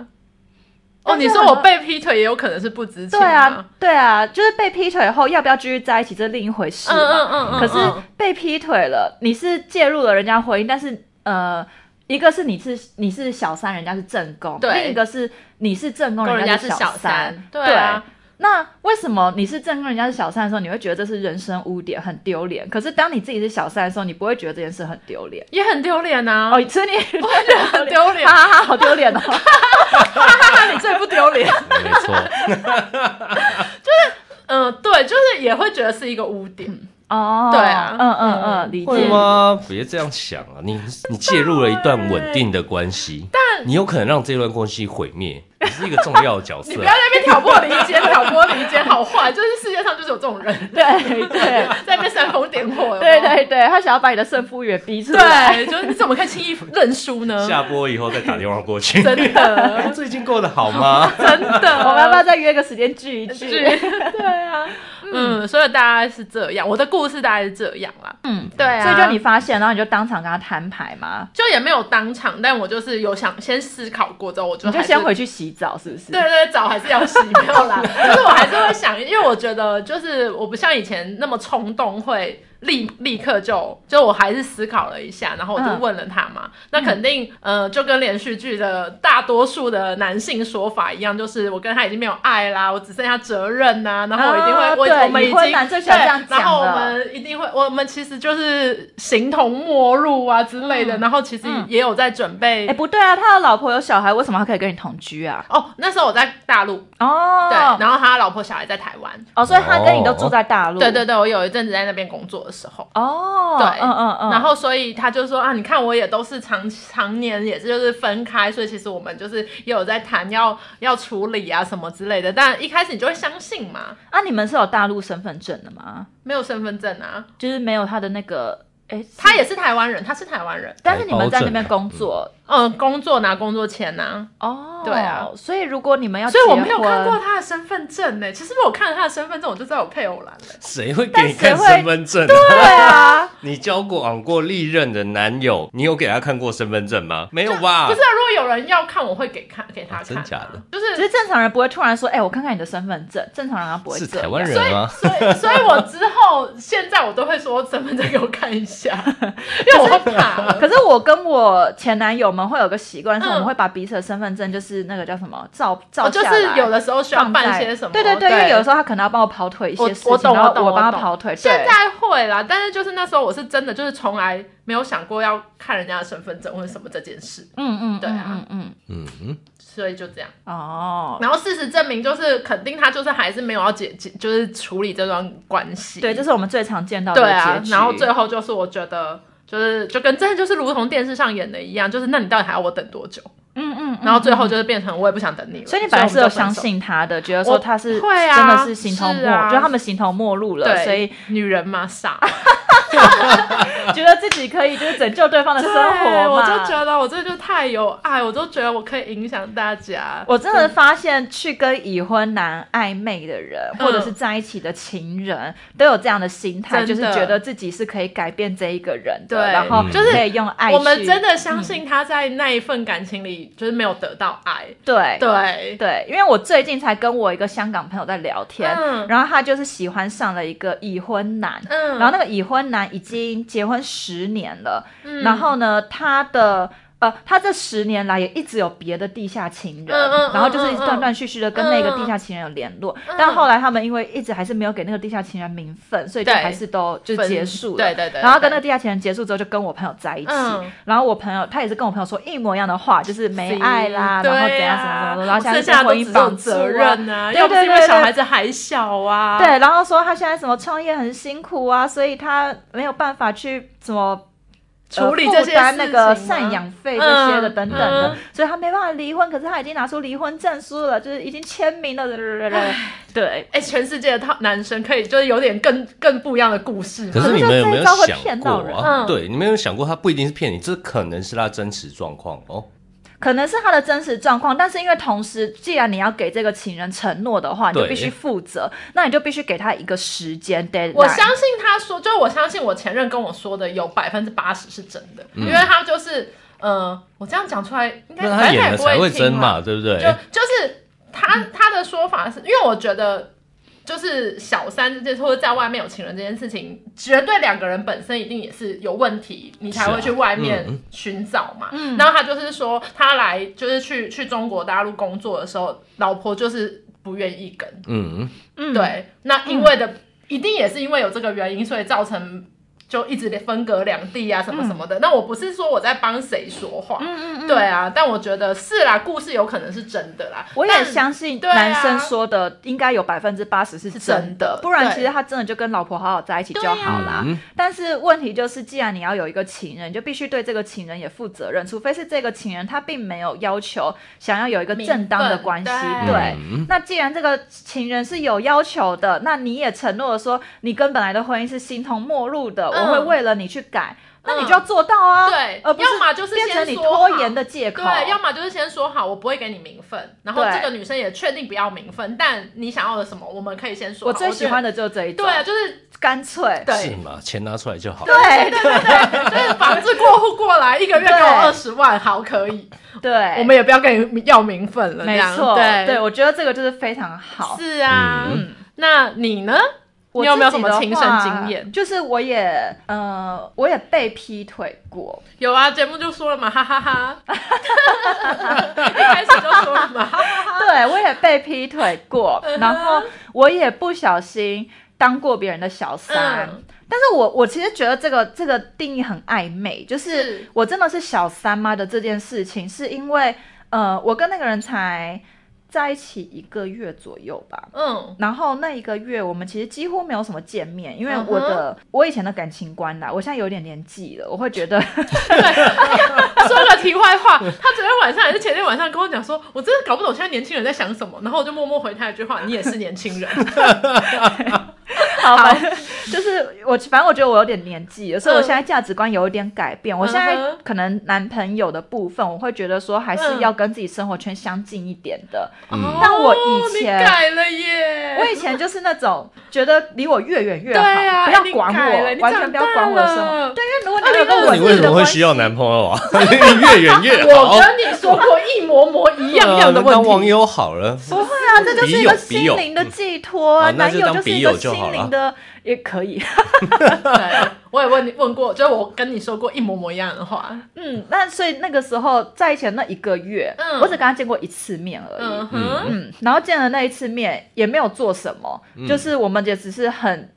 [SPEAKER 2] 哦，
[SPEAKER 1] 但是
[SPEAKER 2] 你说
[SPEAKER 1] 很
[SPEAKER 2] 我
[SPEAKER 1] 多
[SPEAKER 2] 被劈腿也有可能是不知情、
[SPEAKER 1] 对啊，，对啊，就是被劈腿后要不要继续在一起，这是另一回事
[SPEAKER 2] 嗯
[SPEAKER 1] 嘛。
[SPEAKER 2] 嗯嗯嗯，
[SPEAKER 1] 可是哦被劈腿了，你是介入了人家婚姻，但是呃，一个是你是你是小三，人家是正宫；，
[SPEAKER 2] 对
[SPEAKER 1] 另一个是你是正宫，
[SPEAKER 2] 跟人家
[SPEAKER 1] 是
[SPEAKER 2] 是小
[SPEAKER 1] 三。
[SPEAKER 2] 三，对啊，
[SPEAKER 1] 那为什么你是正宫，人家是小三的时候，你会觉得这是人生污点，很丢脸？可是当你自己是小三的时候，你不会觉得这件事很丢 脸。
[SPEAKER 2] 也很丢脸啊，
[SPEAKER 1] 哦，所以你
[SPEAKER 2] 很丢脸
[SPEAKER 1] 哈，哈哈，好丢脸 哦！
[SPEAKER 2] 你最不丢脸，
[SPEAKER 3] 没错，
[SPEAKER 2] 嗯，对，就是也会觉得是一个污点，
[SPEAKER 1] 哦，
[SPEAKER 2] 对啊
[SPEAKER 1] 嗯嗯嗯，理
[SPEAKER 3] 会
[SPEAKER 1] 解。
[SPEAKER 3] 吗？别这样想啊！你你介入了一段稳定的关系，但你有可能让这段关系毁灭。你是一个重要的角色
[SPEAKER 2] 你不要在那边挑拨离间，挑拨离间好坏，就是世界上就是有这种人，
[SPEAKER 1] 对对
[SPEAKER 2] 在那边煽风点火，有没
[SPEAKER 1] 对
[SPEAKER 2] 有
[SPEAKER 1] 对对，他想要把你的胜负远逼出来。
[SPEAKER 2] 对，就是你怎么可以轻易认输呢？
[SPEAKER 3] 下播以后再打电话过去。
[SPEAKER 2] 真的，
[SPEAKER 3] 最近过得好吗？
[SPEAKER 2] 真的，
[SPEAKER 1] 我们要不要再约个时间聚一聚？
[SPEAKER 2] 对啊，嗯，所以大概是这样，我的故事大概是这样啦。
[SPEAKER 1] 嗯，
[SPEAKER 2] 对啊，
[SPEAKER 1] 所以就你发现，然后你就当场跟他摊牌嘛，
[SPEAKER 2] 就也没有当场，但我就是有想先思考过之后，我就
[SPEAKER 1] 你就
[SPEAKER 2] 还是
[SPEAKER 1] 先回去洗澡，是不是？
[SPEAKER 2] 对，对，澡还是要洗，没有啦。就是我还是会想，因为我觉得就是我不像以前那么冲动会。立立刻就就我还是思考了一下，然后
[SPEAKER 1] 嗯
[SPEAKER 2] 我就问了他嘛，那肯定呃就跟连续剧的大多数的男性说法一样，就是我跟他已经没有爱啦，我只剩下责任呐、然后我一定会，
[SPEAKER 1] 啊
[SPEAKER 2] 我
[SPEAKER 1] 对
[SPEAKER 2] 我们已
[SPEAKER 1] 已婚
[SPEAKER 2] 经
[SPEAKER 1] 男最喜欢这样
[SPEAKER 2] 对然后我
[SPEAKER 1] 讲了
[SPEAKER 2] 们一定会，我们其实就是形同陌路啊之类的，然后其实
[SPEAKER 1] 嗯
[SPEAKER 2] 也有在准备。
[SPEAKER 1] 哎，不对啊，他的老婆有小孩，为什么他可以跟你同居啊？
[SPEAKER 2] 哦，那时候我在大陆，
[SPEAKER 1] 哦，
[SPEAKER 2] 对，然后他老婆小孩在台湾，
[SPEAKER 1] 哦，所以他跟你都住在大陆，
[SPEAKER 2] 对对，对，我有一阵子在那边工作的时候，
[SPEAKER 1] 哦，
[SPEAKER 2] 对
[SPEAKER 1] 嗯嗯嗯，
[SPEAKER 2] 然后所以他就说啊，你看我也都是常常年也是就是分开，所以其实我们就是也有在谈要要处理啊什么之类的，但一开始你就会相信嘛，
[SPEAKER 1] 啊，你们是有大陆身份证的吗？
[SPEAKER 2] 没有身份证啊，
[SPEAKER 1] 就是没有他的那个，哎，是
[SPEAKER 2] 他也是台湾人，他是台湾人，
[SPEAKER 1] 但是你们在那边工作，
[SPEAKER 2] 嗯，工作拿工作签呐、
[SPEAKER 1] 哦，
[SPEAKER 2] 对啊，
[SPEAKER 1] 所以如果你们要，
[SPEAKER 2] 所以我没有看过。他的身份证呢、其实我看了他的身份证，我就知道我配偶栏了、
[SPEAKER 3] 谁会给
[SPEAKER 1] 但
[SPEAKER 3] 你
[SPEAKER 1] 谁
[SPEAKER 3] 看
[SPEAKER 1] 会
[SPEAKER 3] 身份证、啊？
[SPEAKER 1] 对啊，
[SPEAKER 3] 你交往过历任的男友，你有给他看过身份证吗？没有吧？
[SPEAKER 2] 不是啊，如果有人要看，我会给看给他看、啊
[SPEAKER 3] 啊真假的？
[SPEAKER 2] 就是
[SPEAKER 1] 只是正常人不会突然说，哎、我看看你的身份证。正常人他不会
[SPEAKER 3] 是
[SPEAKER 1] 这样
[SPEAKER 3] 台湾人吗？
[SPEAKER 2] 所以，所以我之后现在我都会说身份证给我看一下， 因为我会怕了。
[SPEAKER 1] 可是我跟我前男友们会有个习惯，是
[SPEAKER 2] 嗯
[SPEAKER 1] 我们会把彼此的身份证，就是那个叫什么照
[SPEAKER 2] 我
[SPEAKER 1] 照
[SPEAKER 2] 就
[SPEAKER 1] 下来，
[SPEAKER 2] 是有的时候需要
[SPEAKER 1] 放在
[SPEAKER 2] 办些什么，
[SPEAKER 1] 对对对，因为有时候他可能要帮我跑腿一些
[SPEAKER 2] 我
[SPEAKER 1] 事情，
[SPEAKER 2] 我懂
[SPEAKER 1] 然后
[SPEAKER 2] 我懂
[SPEAKER 1] 我帮他
[SPEAKER 2] 我懂
[SPEAKER 1] 跑腿。对
[SPEAKER 2] 现在会啦，但是就是那时候我是真的就是从来没有想过要看人家的身份证或者什么这件事，
[SPEAKER 1] 嗯嗯，
[SPEAKER 2] 对啊
[SPEAKER 1] 嗯嗯
[SPEAKER 3] 嗯嗯，
[SPEAKER 2] 所以就这样。
[SPEAKER 1] 嗯哦。
[SPEAKER 2] 然后事实证明，就是肯定他就是还是没有要解解，就是处理这段关系。
[SPEAKER 1] 对，这是我们最常见到的
[SPEAKER 2] 对
[SPEAKER 1] 结
[SPEAKER 2] 啊，
[SPEAKER 1] 局。
[SPEAKER 2] 然后最后就是我觉得。就是就跟真的就是如同电视上演的一样，就是那你到底还要我等多久？
[SPEAKER 1] 嗯嗯，
[SPEAKER 2] 然后最后就是变成我也不想等你了。
[SPEAKER 1] 所以你本来是
[SPEAKER 2] 我
[SPEAKER 1] 有
[SPEAKER 2] 们就分
[SPEAKER 1] 相
[SPEAKER 2] 手
[SPEAKER 1] 信他的，觉得说他是
[SPEAKER 2] 我会啊
[SPEAKER 1] 真的是形同
[SPEAKER 2] 是
[SPEAKER 1] 陌，
[SPEAKER 2] 啊
[SPEAKER 1] 觉得他们形同陌路了，
[SPEAKER 2] 对，
[SPEAKER 1] 所以
[SPEAKER 2] 女人嘛傻，
[SPEAKER 1] 觉得自己可以就是拯救对方的 生
[SPEAKER 2] 对
[SPEAKER 1] 活
[SPEAKER 2] 我
[SPEAKER 1] 嘛。
[SPEAKER 2] 就觉得我这就太有爱，我就觉得我可以影响大家。
[SPEAKER 1] 我真的发现，去跟已婚男暧昧的人，
[SPEAKER 2] 嗯
[SPEAKER 1] 或者是在一起的情人，都有这样的心态，
[SPEAKER 2] 真的
[SPEAKER 1] 就是觉得自己是可以改变这一个人的，
[SPEAKER 2] 对
[SPEAKER 1] 然后
[SPEAKER 3] 嗯
[SPEAKER 1] 可以用爱去。
[SPEAKER 2] 我们真的相信他在那一份感情里就是没有得到爱，
[SPEAKER 1] 对
[SPEAKER 2] 对，
[SPEAKER 1] 对，因为我最近才跟我一个香港朋友在聊天，
[SPEAKER 2] 嗯
[SPEAKER 1] 然后他就是喜欢上了一个已婚男，
[SPEAKER 2] 嗯
[SPEAKER 1] 然后那个已婚男已经结婚十年了，
[SPEAKER 2] 嗯
[SPEAKER 1] 然后呢，他的。呃，他这十年来也一直有别的地下情人，
[SPEAKER 2] 嗯嗯嗯
[SPEAKER 1] 然后就是
[SPEAKER 2] 嗯嗯
[SPEAKER 1] 断断续续的跟那个地下情人有联络，
[SPEAKER 2] 嗯
[SPEAKER 1] 但后来他们因为一直还是没有给那个地下情人名分，所以就
[SPEAKER 2] 对
[SPEAKER 1] 还是都就
[SPEAKER 2] 分
[SPEAKER 1] 结束了。
[SPEAKER 2] 对对对
[SPEAKER 1] 然后跟那
[SPEAKER 2] 对
[SPEAKER 1] 个地下情人结束之后，就跟我朋友在一起。
[SPEAKER 2] 嗯
[SPEAKER 1] 然后我朋友他也是跟我朋友说一模一样的话，就是没爱啦，
[SPEAKER 2] 对
[SPEAKER 1] 然
[SPEAKER 2] 啊
[SPEAKER 1] 后怎样怎样怎样，然后现在
[SPEAKER 2] 剩
[SPEAKER 1] 是被
[SPEAKER 2] 下
[SPEAKER 1] 婚
[SPEAKER 2] 都
[SPEAKER 1] 姻
[SPEAKER 2] 只有
[SPEAKER 1] 绑
[SPEAKER 2] 责任
[SPEAKER 1] 呢、
[SPEAKER 2] 啊，
[SPEAKER 1] 对
[SPEAKER 2] 要不是
[SPEAKER 1] 对
[SPEAKER 2] 因为
[SPEAKER 1] 对
[SPEAKER 2] 小
[SPEAKER 1] 对
[SPEAKER 2] 孩子还小啊，
[SPEAKER 1] 对，然后说他现在什么创业很辛苦啊，所以他没有办法去怎么。呃
[SPEAKER 2] 处理这
[SPEAKER 1] 负
[SPEAKER 2] 些
[SPEAKER 1] 担那个
[SPEAKER 2] 事情啊
[SPEAKER 1] 赡养费这些的
[SPEAKER 2] 嗯
[SPEAKER 1] 等等的
[SPEAKER 2] 嗯，
[SPEAKER 1] 所以他没办法离婚。可是他已经拿出离婚证书了，就是已经签名了。对对对对对，
[SPEAKER 2] 哎、全世界的他男生可以就是有点更更不一样的故事
[SPEAKER 3] 可
[SPEAKER 2] 嘛。
[SPEAKER 3] 是你们有
[SPEAKER 1] 可是
[SPEAKER 3] 没有
[SPEAKER 1] 这一招会
[SPEAKER 3] 想
[SPEAKER 1] 骗
[SPEAKER 3] 过
[SPEAKER 1] 到人
[SPEAKER 3] 啊？
[SPEAKER 2] 嗯
[SPEAKER 3] 对，你们有想过他不一定是骗你，这可能是他真实状况哦。
[SPEAKER 1] 可能是他的真实状况，但是因为同时，既然你要给这个情人承诺的话，你就
[SPEAKER 3] 对
[SPEAKER 1] 必须负责，那你就必须给他一个时间 deadline。
[SPEAKER 2] 我相信他说，就是我相信我前任跟我说的有百分之八十是真的，
[SPEAKER 3] 嗯
[SPEAKER 2] 因为他就是，呃，我这样讲出来应该
[SPEAKER 3] 那
[SPEAKER 2] 反
[SPEAKER 3] 他
[SPEAKER 2] 正
[SPEAKER 3] 演
[SPEAKER 2] 也
[SPEAKER 3] 了
[SPEAKER 2] 不
[SPEAKER 3] 才会
[SPEAKER 2] 听
[SPEAKER 3] 真
[SPEAKER 2] 嘛，
[SPEAKER 3] 嘛，对不对？嗯
[SPEAKER 2] 就就是他他的说法是，因为我觉得就是小三这件事，或者在外面有情人这件事情，绝对两个人本身一定也是有问题，你才
[SPEAKER 3] 是啊
[SPEAKER 2] 会去外面
[SPEAKER 3] 嗯
[SPEAKER 2] 寻找嘛。然后他就是说，他来就是去去中国大陆工作的时候，老婆就是不愿意跟，
[SPEAKER 3] 嗯，
[SPEAKER 1] 嗯，
[SPEAKER 2] 对，那因为的、一定也是因为有这个原因，所以造成就一直分隔两地啊，什么什么的。
[SPEAKER 1] 嗯
[SPEAKER 2] 那我不是说我在帮谁说话，嗯嗯对啊，但我觉得是啦，故事有可能是真的啦。
[SPEAKER 1] 我也
[SPEAKER 2] 但
[SPEAKER 1] 相信
[SPEAKER 2] 对啊
[SPEAKER 1] 男生说的应该有百分之八十是真
[SPEAKER 2] 真
[SPEAKER 1] 的
[SPEAKER 2] 的，
[SPEAKER 1] 不然
[SPEAKER 2] 对
[SPEAKER 1] 其实他真的就跟老婆好好在一起就好啦。
[SPEAKER 3] 嗯
[SPEAKER 1] 但是问题就是，既然你要有一个情人，你就必须对这个情人也负责任，除非是这个情人他并没有要求想要有一个正当的关系，
[SPEAKER 2] 名分
[SPEAKER 1] 对。
[SPEAKER 2] 对
[SPEAKER 3] 嗯
[SPEAKER 1] 那既然这个情人是有要求的，那你也承诺了说你跟本来的婚姻是形同陌路的，
[SPEAKER 2] 嗯
[SPEAKER 1] 我会为了你去改，那你
[SPEAKER 2] 嗯
[SPEAKER 1] 就要做到啊，
[SPEAKER 2] 对
[SPEAKER 1] 而不是
[SPEAKER 2] 要么就是
[SPEAKER 1] 变成
[SPEAKER 2] 先
[SPEAKER 1] 你
[SPEAKER 2] 说
[SPEAKER 1] 拖
[SPEAKER 2] 好
[SPEAKER 1] 延的借口，
[SPEAKER 2] 对，要么就是先说好，我不会给你名分，然后
[SPEAKER 1] 对
[SPEAKER 2] 这个女生也确定不要名分，但你想要的什么，我们可以先说
[SPEAKER 1] 我
[SPEAKER 2] 好。
[SPEAKER 1] 最
[SPEAKER 2] 觉
[SPEAKER 1] 喜
[SPEAKER 2] 得
[SPEAKER 1] 欢的就是这一种，
[SPEAKER 2] 对，啊就是
[SPEAKER 1] 干脆，
[SPEAKER 2] 对
[SPEAKER 3] 是嘛？钱拿出来就好。
[SPEAKER 1] 对对
[SPEAKER 2] 就是房子过户过来，一个月给我
[SPEAKER 1] 对
[SPEAKER 2] 二十万，好可以，
[SPEAKER 1] 对，
[SPEAKER 2] 我们也不要跟你要名分了，这
[SPEAKER 1] 没
[SPEAKER 2] 样
[SPEAKER 1] 错，
[SPEAKER 2] 对
[SPEAKER 1] 对，我觉得这个就是非常好。
[SPEAKER 2] 是啊，
[SPEAKER 3] 嗯
[SPEAKER 2] 那你呢？
[SPEAKER 1] 我
[SPEAKER 2] 你有没有
[SPEAKER 1] 自己
[SPEAKER 2] 什么
[SPEAKER 1] 的
[SPEAKER 2] 亲身
[SPEAKER 1] 话
[SPEAKER 2] 经验
[SPEAKER 1] 就是我也呃，我也被劈腿过，
[SPEAKER 2] 有啊，节目就说了嘛，哈哈 哈，一开始就说了嘛，哈哈哈。
[SPEAKER 1] 对我也被劈腿过，
[SPEAKER 2] 嗯
[SPEAKER 1] 然后我也不小心当过别人的小三。
[SPEAKER 2] 嗯
[SPEAKER 1] 但是我我其实觉得这个这个定义很暧昧，就是
[SPEAKER 2] 是
[SPEAKER 1] 我真的是小三吗的这件事情，是因为呃，我跟那个人才在一起一个月左右吧，
[SPEAKER 2] 嗯，
[SPEAKER 1] 然后那一个月，我们其实几乎没有什么见面，因为
[SPEAKER 2] 嗯哼
[SPEAKER 1] 我的、我以前的感情观啦，我现在有点年纪了，我会觉得
[SPEAKER 2] 说了题外话，他昨天晚上还是前天晚上跟我讲说，我真的搞不懂现在年轻人在想什么，然后我就默默回他一句话，你也是年轻人，
[SPEAKER 1] 好，嗯反正就是我反正我觉得我有点年纪了，所以我现在价值观有一点改变。我现在
[SPEAKER 2] 嗯哼
[SPEAKER 1] 可能男朋友的部分，我会觉得说还是要跟自己生活圈相近一点的。
[SPEAKER 3] 嗯
[SPEAKER 1] 但我
[SPEAKER 2] 哦
[SPEAKER 1] 以
[SPEAKER 2] 你
[SPEAKER 1] 前
[SPEAKER 2] 改了耶，
[SPEAKER 1] 我以前就是那种觉得离我越远越好，
[SPEAKER 2] 对啊
[SPEAKER 1] 不
[SPEAKER 2] 哎
[SPEAKER 1] 要
[SPEAKER 2] 你
[SPEAKER 1] 管
[SPEAKER 2] 改了
[SPEAKER 1] 我，
[SPEAKER 2] 你
[SPEAKER 1] 完全
[SPEAKER 2] 长
[SPEAKER 1] 不要
[SPEAKER 2] 大
[SPEAKER 1] 管我的生活。
[SPEAKER 2] 了
[SPEAKER 1] 对，因为如啊果你有一个
[SPEAKER 2] 2025
[SPEAKER 3] 那
[SPEAKER 1] 稳定的
[SPEAKER 3] 你为什么会
[SPEAKER 1] 关
[SPEAKER 3] 需要
[SPEAKER 1] 系
[SPEAKER 3] 男朋友啊？你越远越好。
[SPEAKER 2] 我跟你说过一模模一样样的
[SPEAKER 3] 啊当
[SPEAKER 2] 问
[SPEAKER 3] 哦网
[SPEAKER 2] 题，
[SPEAKER 3] 友好了，
[SPEAKER 1] 不会啊，这就是一个心灵的寄托啊，
[SPEAKER 3] 嗯好那
[SPEAKER 1] 男
[SPEAKER 3] 就
[SPEAKER 1] 友
[SPEAKER 3] 当
[SPEAKER 1] 就是一
[SPEAKER 3] 笔
[SPEAKER 1] 个
[SPEAKER 3] 友
[SPEAKER 1] 心
[SPEAKER 3] 就好了
[SPEAKER 1] 灵的，也可以。
[SPEAKER 2] 对，我也问你问过，就是我跟你说过一模模一样的话，
[SPEAKER 1] 嗯，那所以那个时候在一起的那一个月，
[SPEAKER 2] 嗯
[SPEAKER 1] 我只跟他见过一次面而已。
[SPEAKER 2] 嗯哼，
[SPEAKER 1] 嗯，然后见了那一次面也没有做什么，就是我们也只是很。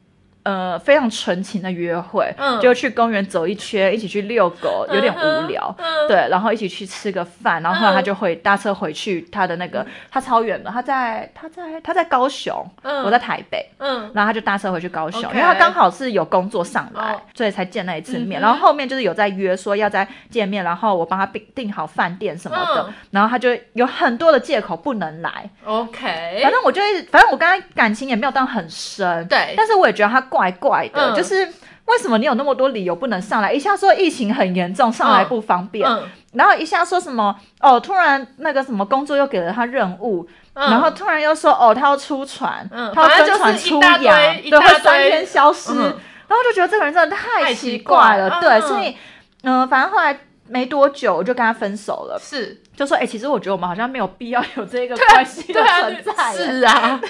[SPEAKER 1] 呃，非常纯情的约会，
[SPEAKER 2] 嗯
[SPEAKER 1] 就去公园走一圈，一起去遛狗，有点无聊，
[SPEAKER 2] 嗯哼嗯
[SPEAKER 1] 对，然后一起去吃个饭，然后后来他
[SPEAKER 2] 嗯
[SPEAKER 1] 就回搭车回去他的那个，他超远的，他在他在他在高雄，
[SPEAKER 2] 嗯
[SPEAKER 1] 我在台北，
[SPEAKER 2] 嗯，
[SPEAKER 1] 然后他就搭车回去高雄
[SPEAKER 2] OK
[SPEAKER 1] 因为他刚好是有工作上来
[SPEAKER 2] 哦
[SPEAKER 1] 所以才见那一次面。
[SPEAKER 2] 嗯哼
[SPEAKER 1] 然后后面就是有在约说要再见面，然后我帮他订订好饭店什么的，
[SPEAKER 2] 嗯
[SPEAKER 1] 然后他就有很多的借口不能来。
[SPEAKER 2] OK，
[SPEAKER 1] 反正我就一直，反正我跟他感情也没有到很深，
[SPEAKER 2] 对
[SPEAKER 1] 但是我也觉得他怪怪的，
[SPEAKER 2] 嗯
[SPEAKER 1] 就是为什么你有那么多理由不能上来？一下说疫情很严重，上来不方便，
[SPEAKER 2] 嗯，
[SPEAKER 1] 然后一下说什么哦，突然那个什么工作又给了他任务，
[SPEAKER 2] 嗯
[SPEAKER 1] 然后突然又说哦，他要出船，
[SPEAKER 2] 嗯
[SPEAKER 1] 他要
[SPEAKER 2] 反正
[SPEAKER 1] 跟船
[SPEAKER 2] 就是一
[SPEAKER 1] 出
[SPEAKER 2] 大
[SPEAKER 1] 洋，
[SPEAKER 2] 堆一
[SPEAKER 1] 对，
[SPEAKER 2] 大
[SPEAKER 1] 会三
[SPEAKER 2] 堆
[SPEAKER 1] 天消失，
[SPEAKER 2] 嗯
[SPEAKER 1] 然后就觉得这个人真的太
[SPEAKER 2] 太
[SPEAKER 1] 奇
[SPEAKER 2] 奇
[SPEAKER 1] 怪
[SPEAKER 2] 怪
[SPEAKER 1] 了，
[SPEAKER 2] 了
[SPEAKER 1] 对，
[SPEAKER 2] 嗯
[SPEAKER 1] 所以嗯、呃反正后来。没多久我就跟他分手了，
[SPEAKER 2] 是，
[SPEAKER 1] 就说哎、其实我觉得我们好像没有必要有这个
[SPEAKER 2] 对
[SPEAKER 1] 关系的
[SPEAKER 2] 对啊
[SPEAKER 1] 存在、哎
[SPEAKER 2] 是啊，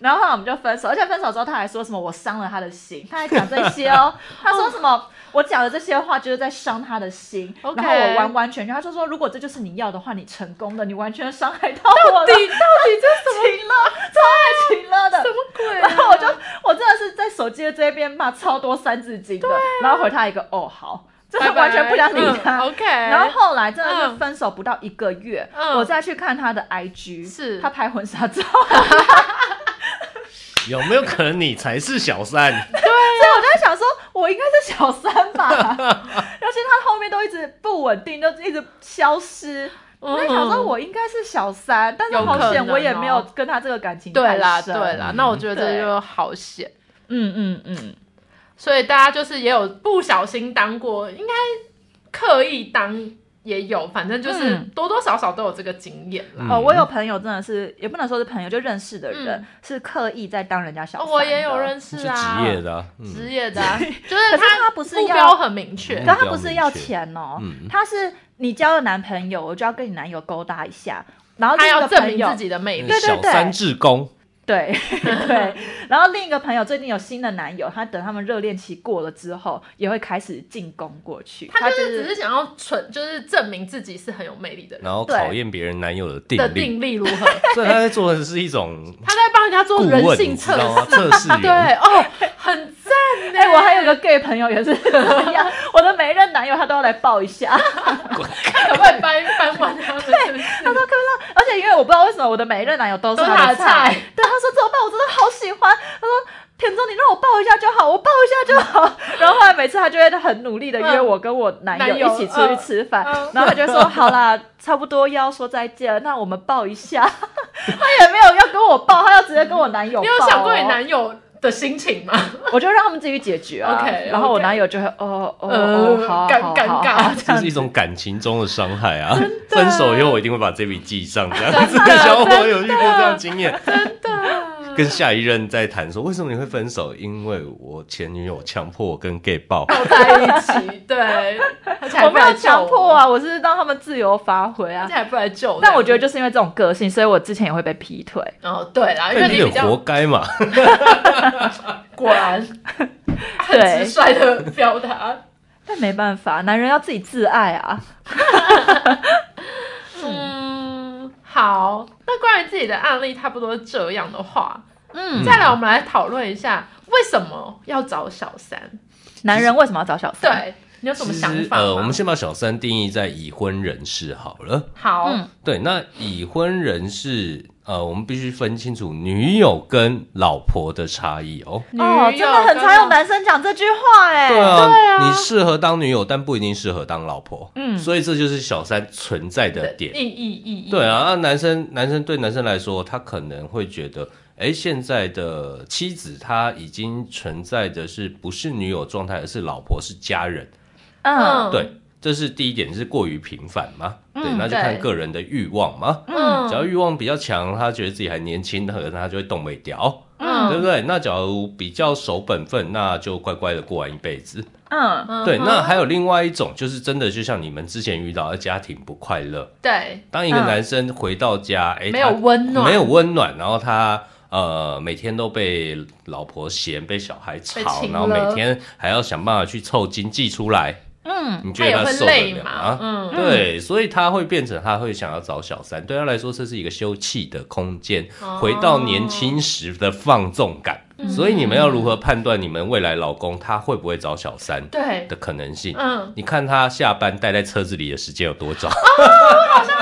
[SPEAKER 1] 然后后来我们就分手，而且分手之后他还说什么我伤了他的心，他还讲这些 哦，他说什么我讲的这些话就是在伤他的心
[SPEAKER 2] OK
[SPEAKER 1] 然后我完完全全，他就说如果这就是你要的话，你成功了，你完全伤害到我了，
[SPEAKER 2] 到底这
[SPEAKER 1] 情勒，超爱情勒的
[SPEAKER 2] 什。么鬼啊？
[SPEAKER 1] 然后我就我真的是在手机的这边骂超多三字经的，然后回他一个哦好，就是
[SPEAKER 2] 啊拜拜
[SPEAKER 1] 完全不想理
[SPEAKER 2] 嗯
[SPEAKER 1] 他。
[SPEAKER 2] OK，
[SPEAKER 1] 然后后来真的是
[SPEAKER 2] 嗯
[SPEAKER 1] 分手不到一个月，
[SPEAKER 2] 嗯
[SPEAKER 1] 我再去看他的 IG，
[SPEAKER 2] 是
[SPEAKER 1] 他拍婚纱照，
[SPEAKER 3] 有没有可能你才是小三？
[SPEAKER 1] 所以我就在想说，我应该是小三吧，而且他后面都一直不稳定，就一直消失。我在想说，我应该是小三，但是
[SPEAKER 2] 嗯有
[SPEAKER 1] 好
[SPEAKER 2] 可
[SPEAKER 1] 险
[SPEAKER 2] 能
[SPEAKER 1] 我也没有
[SPEAKER 2] 哦
[SPEAKER 1] 跟他这个感情
[SPEAKER 2] 对啦
[SPEAKER 1] 太深
[SPEAKER 2] 对啦，那我觉得这就好险。
[SPEAKER 1] 嗯嗯嗯，
[SPEAKER 2] 所以大家就是也有不小心当过，应该刻意当也有，反正就是
[SPEAKER 1] 嗯
[SPEAKER 2] 多多少少都有这个经验啦。
[SPEAKER 3] 嗯
[SPEAKER 1] 哦，我有朋友真的是，也不能说是朋友，就认识的人、是刻意在当人家小
[SPEAKER 2] 嗯哦
[SPEAKER 1] 三、
[SPEAKER 2] 我也有认
[SPEAKER 1] 识，
[SPEAKER 2] 识
[SPEAKER 3] 是
[SPEAKER 2] 啊，
[SPEAKER 3] 职业的啊，嗯
[SPEAKER 2] 职业的啊，就
[SPEAKER 1] 可
[SPEAKER 2] 是
[SPEAKER 1] 是他不是
[SPEAKER 2] 目
[SPEAKER 1] 要
[SPEAKER 2] 标很明确
[SPEAKER 1] 可
[SPEAKER 3] 嗯，
[SPEAKER 1] 他不是要钱哦，
[SPEAKER 3] 嗯
[SPEAKER 1] 他是你交了男朋友，我就要跟你男友勾搭一下，然后
[SPEAKER 2] 他
[SPEAKER 1] 另一
[SPEAKER 2] 要
[SPEAKER 1] 个
[SPEAKER 2] 证
[SPEAKER 1] 朋
[SPEAKER 2] 明
[SPEAKER 1] 友
[SPEAKER 2] 自己的魅力。
[SPEAKER 1] 对
[SPEAKER 3] 小三至公，
[SPEAKER 1] 对 对，然后另一个朋友最近有新的男友，他等他们热恋期过了之后，也会开始进攻过去，
[SPEAKER 2] 他
[SPEAKER 1] 他
[SPEAKER 2] 就是只是想要纯，就是证明自己是很有魅力的人
[SPEAKER 3] 然后
[SPEAKER 1] 对
[SPEAKER 3] 考验别人男友的定
[SPEAKER 2] 的
[SPEAKER 3] 力，
[SPEAKER 2] 定力如何？
[SPEAKER 3] 所以他在做的是一种
[SPEAKER 2] 他在帮人家做
[SPEAKER 3] 顾
[SPEAKER 2] 人
[SPEAKER 3] 问，
[SPEAKER 2] 性
[SPEAKER 3] 你知
[SPEAKER 2] 测
[SPEAKER 3] 道
[SPEAKER 2] 试
[SPEAKER 3] 吗？。测试
[SPEAKER 2] 对
[SPEAKER 3] 员。
[SPEAKER 2] 哦，很赞呢、
[SPEAKER 1] 哎、我还有个 gay 朋友也是这样，我的每一任男友他都要来抱一下。
[SPEAKER 2] 可不可以搬搬完他们？是不是？
[SPEAKER 1] 而且因为我不知道为什么我的每一任男友都是
[SPEAKER 2] 都是
[SPEAKER 1] 他
[SPEAKER 2] 他
[SPEAKER 1] 的
[SPEAKER 2] 的
[SPEAKER 1] 菜，
[SPEAKER 2] 菜
[SPEAKER 1] 对他说怎么办？我真的好喜欢。他说田中，你让我抱一下就好，我抱一下就 好。然后后来每次他就会很努力的约我跟我男
[SPEAKER 2] 男
[SPEAKER 1] 友
[SPEAKER 2] 友
[SPEAKER 1] 一起出去
[SPEAKER 2] 嗯
[SPEAKER 1] 吃饭，
[SPEAKER 2] 嗯
[SPEAKER 1] 然后他就说好啦，差不多要说再见了，那我们抱一下。 他也没有要跟我抱，他要直接跟我哦男友抱、
[SPEAKER 2] 你有想过你？男友的心情吗？
[SPEAKER 1] 我就让他们自己解决啊。
[SPEAKER 2] OK，OK
[SPEAKER 1] 然后我男友就会哦哦哦，
[SPEAKER 2] 呃
[SPEAKER 1] 好啊
[SPEAKER 2] 尴
[SPEAKER 1] 好啊
[SPEAKER 2] 尴
[SPEAKER 1] 好啊
[SPEAKER 2] 尬
[SPEAKER 1] 好 啊这
[SPEAKER 3] 这
[SPEAKER 1] 样
[SPEAKER 3] 是一
[SPEAKER 1] 子。
[SPEAKER 3] 种感情中的伤害啊！分手以后我一定会把这笔记上，这样子。
[SPEAKER 2] 真的
[SPEAKER 3] 小
[SPEAKER 2] 真
[SPEAKER 3] 伙有遇过这样的经验，
[SPEAKER 2] 真的，
[SPEAKER 3] 跟下一任在谈说为什么你会分手？因为我前女友强迫我跟 gay 抱。
[SPEAKER 2] 抱在一起，对，而且 还
[SPEAKER 1] 我
[SPEAKER 2] 不
[SPEAKER 1] 没
[SPEAKER 2] 来
[SPEAKER 1] 有
[SPEAKER 2] 救
[SPEAKER 1] 强迫，啊，我是让他们自由发挥啊
[SPEAKER 2] 而且。还不来救的。
[SPEAKER 1] 但我觉得就是因为这种个性，所以我之前也会被劈腿。
[SPEAKER 3] 哎
[SPEAKER 2] 哦，对啦，因
[SPEAKER 3] 那
[SPEAKER 2] 为
[SPEAKER 3] 你
[SPEAKER 2] 你
[SPEAKER 3] 也
[SPEAKER 2] 比较
[SPEAKER 3] 活该嘛！
[SPEAKER 2] 果然很
[SPEAKER 1] 对
[SPEAKER 2] 直率的表达。
[SPEAKER 1] 但没办法，男人要自己自爱啊。
[SPEAKER 2] 嗯，好，那关于自己的案例，差不多这样的话，
[SPEAKER 1] 嗯，
[SPEAKER 2] 再来我们来讨论一下为什么要找小三。
[SPEAKER 1] 男人为什么要找小三？，
[SPEAKER 2] 对你有什么
[SPEAKER 3] 其
[SPEAKER 2] 想
[SPEAKER 3] 实
[SPEAKER 2] 法吗？
[SPEAKER 3] 呃，我们先把小三定义在已婚人士好了。
[SPEAKER 2] 好，
[SPEAKER 1] 嗯
[SPEAKER 3] 对，那已婚人士，呃，我们必须分清楚女友跟老婆的差异哦。
[SPEAKER 2] 女
[SPEAKER 1] 哦，
[SPEAKER 2] 友
[SPEAKER 1] 真的很
[SPEAKER 2] 跟
[SPEAKER 1] 常有男生讲这句话哎、
[SPEAKER 3] 对啊，
[SPEAKER 2] 对啊
[SPEAKER 3] 你适合当女友，但不一定适合当老婆。
[SPEAKER 1] 嗯
[SPEAKER 3] 所以这就是小三存在的
[SPEAKER 2] 的
[SPEAKER 3] 点。
[SPEAKER 2] 意义意义。
[SPEAKER 3] 对啊，那男生男生对男生来说，他可能会觉得，哎，现在的妻子她已经存在的是不是女友状态，而是老婆是家人。
[SPEAKER 1] 嗯
[SPEAKER 2] 嗯，
[SPEAKER 3] 对，这是第一点，是过于频繁嘛？对，
[SPEAKER 1] 嗯
[SPEAKER 3] 那就看
[SPEAKER 2] 对
[SPEAKER 3] 个人的欲望嘛。
[SPEAKER 2] 嗯，
[SPEAKER 3] 只要欲望比较强，他觉得自己还年轻，那可能他就会动没掉，
[SPEAKER 2] 嗯
[SPEAKER 3] 对不对？那假如比较守本分，那就乖乖的过完一辈子。
[SPEAKER 1] 嗯
[SPEAKER 2] 嗯
[SPEAKER 3] 对，
[SPEAKER 2] 哼
[SPEAKER 3] 那还有另外一种，就是真的就像你们之前遇到的家庭不快乐，
[SPEAKER 2] 对
[SPEAKER 3] 当一个
[SPEAKER 1] 嗯
[SPEAKER 3] 男生回到家，哎、
[SPEAKER 2] 嗯没有温暖，
[SPEAKER 3] 没有温暖，然后他呃每天都被老婆嫌，被小孩
[SPEAKER 2] 被
[SPEAKER 3] 吵，
[SPEAKER 2] 情
[SPEAKER 3] 然后每
[SPEAKER 2] 了
[SPEAKER 3] 天还要想办法去凑经济出来，
[SPEAKER 1] 嗯，
[SPEAKER 3] 你觉
[SPEAKER 2] 他也
[SPEAKER 3] 得
[SPEAKER 2] 会
[SPEAKER 3] 受得
[SPEAKER 2] 累
[SPEAKER 3] 了
[SPEAKER 2] 嘛
[SPEAKER 3] 吗？？啊
[SPEAKER 2] 嗯，
[SPEAKER 3] 对，所以他会变成他会想要找小三，对他来说这是一个休憩的空间，
[SPEAKER 2] 哦嗯
[SPEAKER 3] 回到年轻时的放纵感。所以你们要如何判断你们未来老公他会不会找小三
[SPEAKER 2] 对，
[SPEAKER 3] 的可能性？
[SPEAKER 2] 嗯，
[SPEAKER 3] 你看他下班待在车子里的时间有多 长？
[SPEAKER 1] 这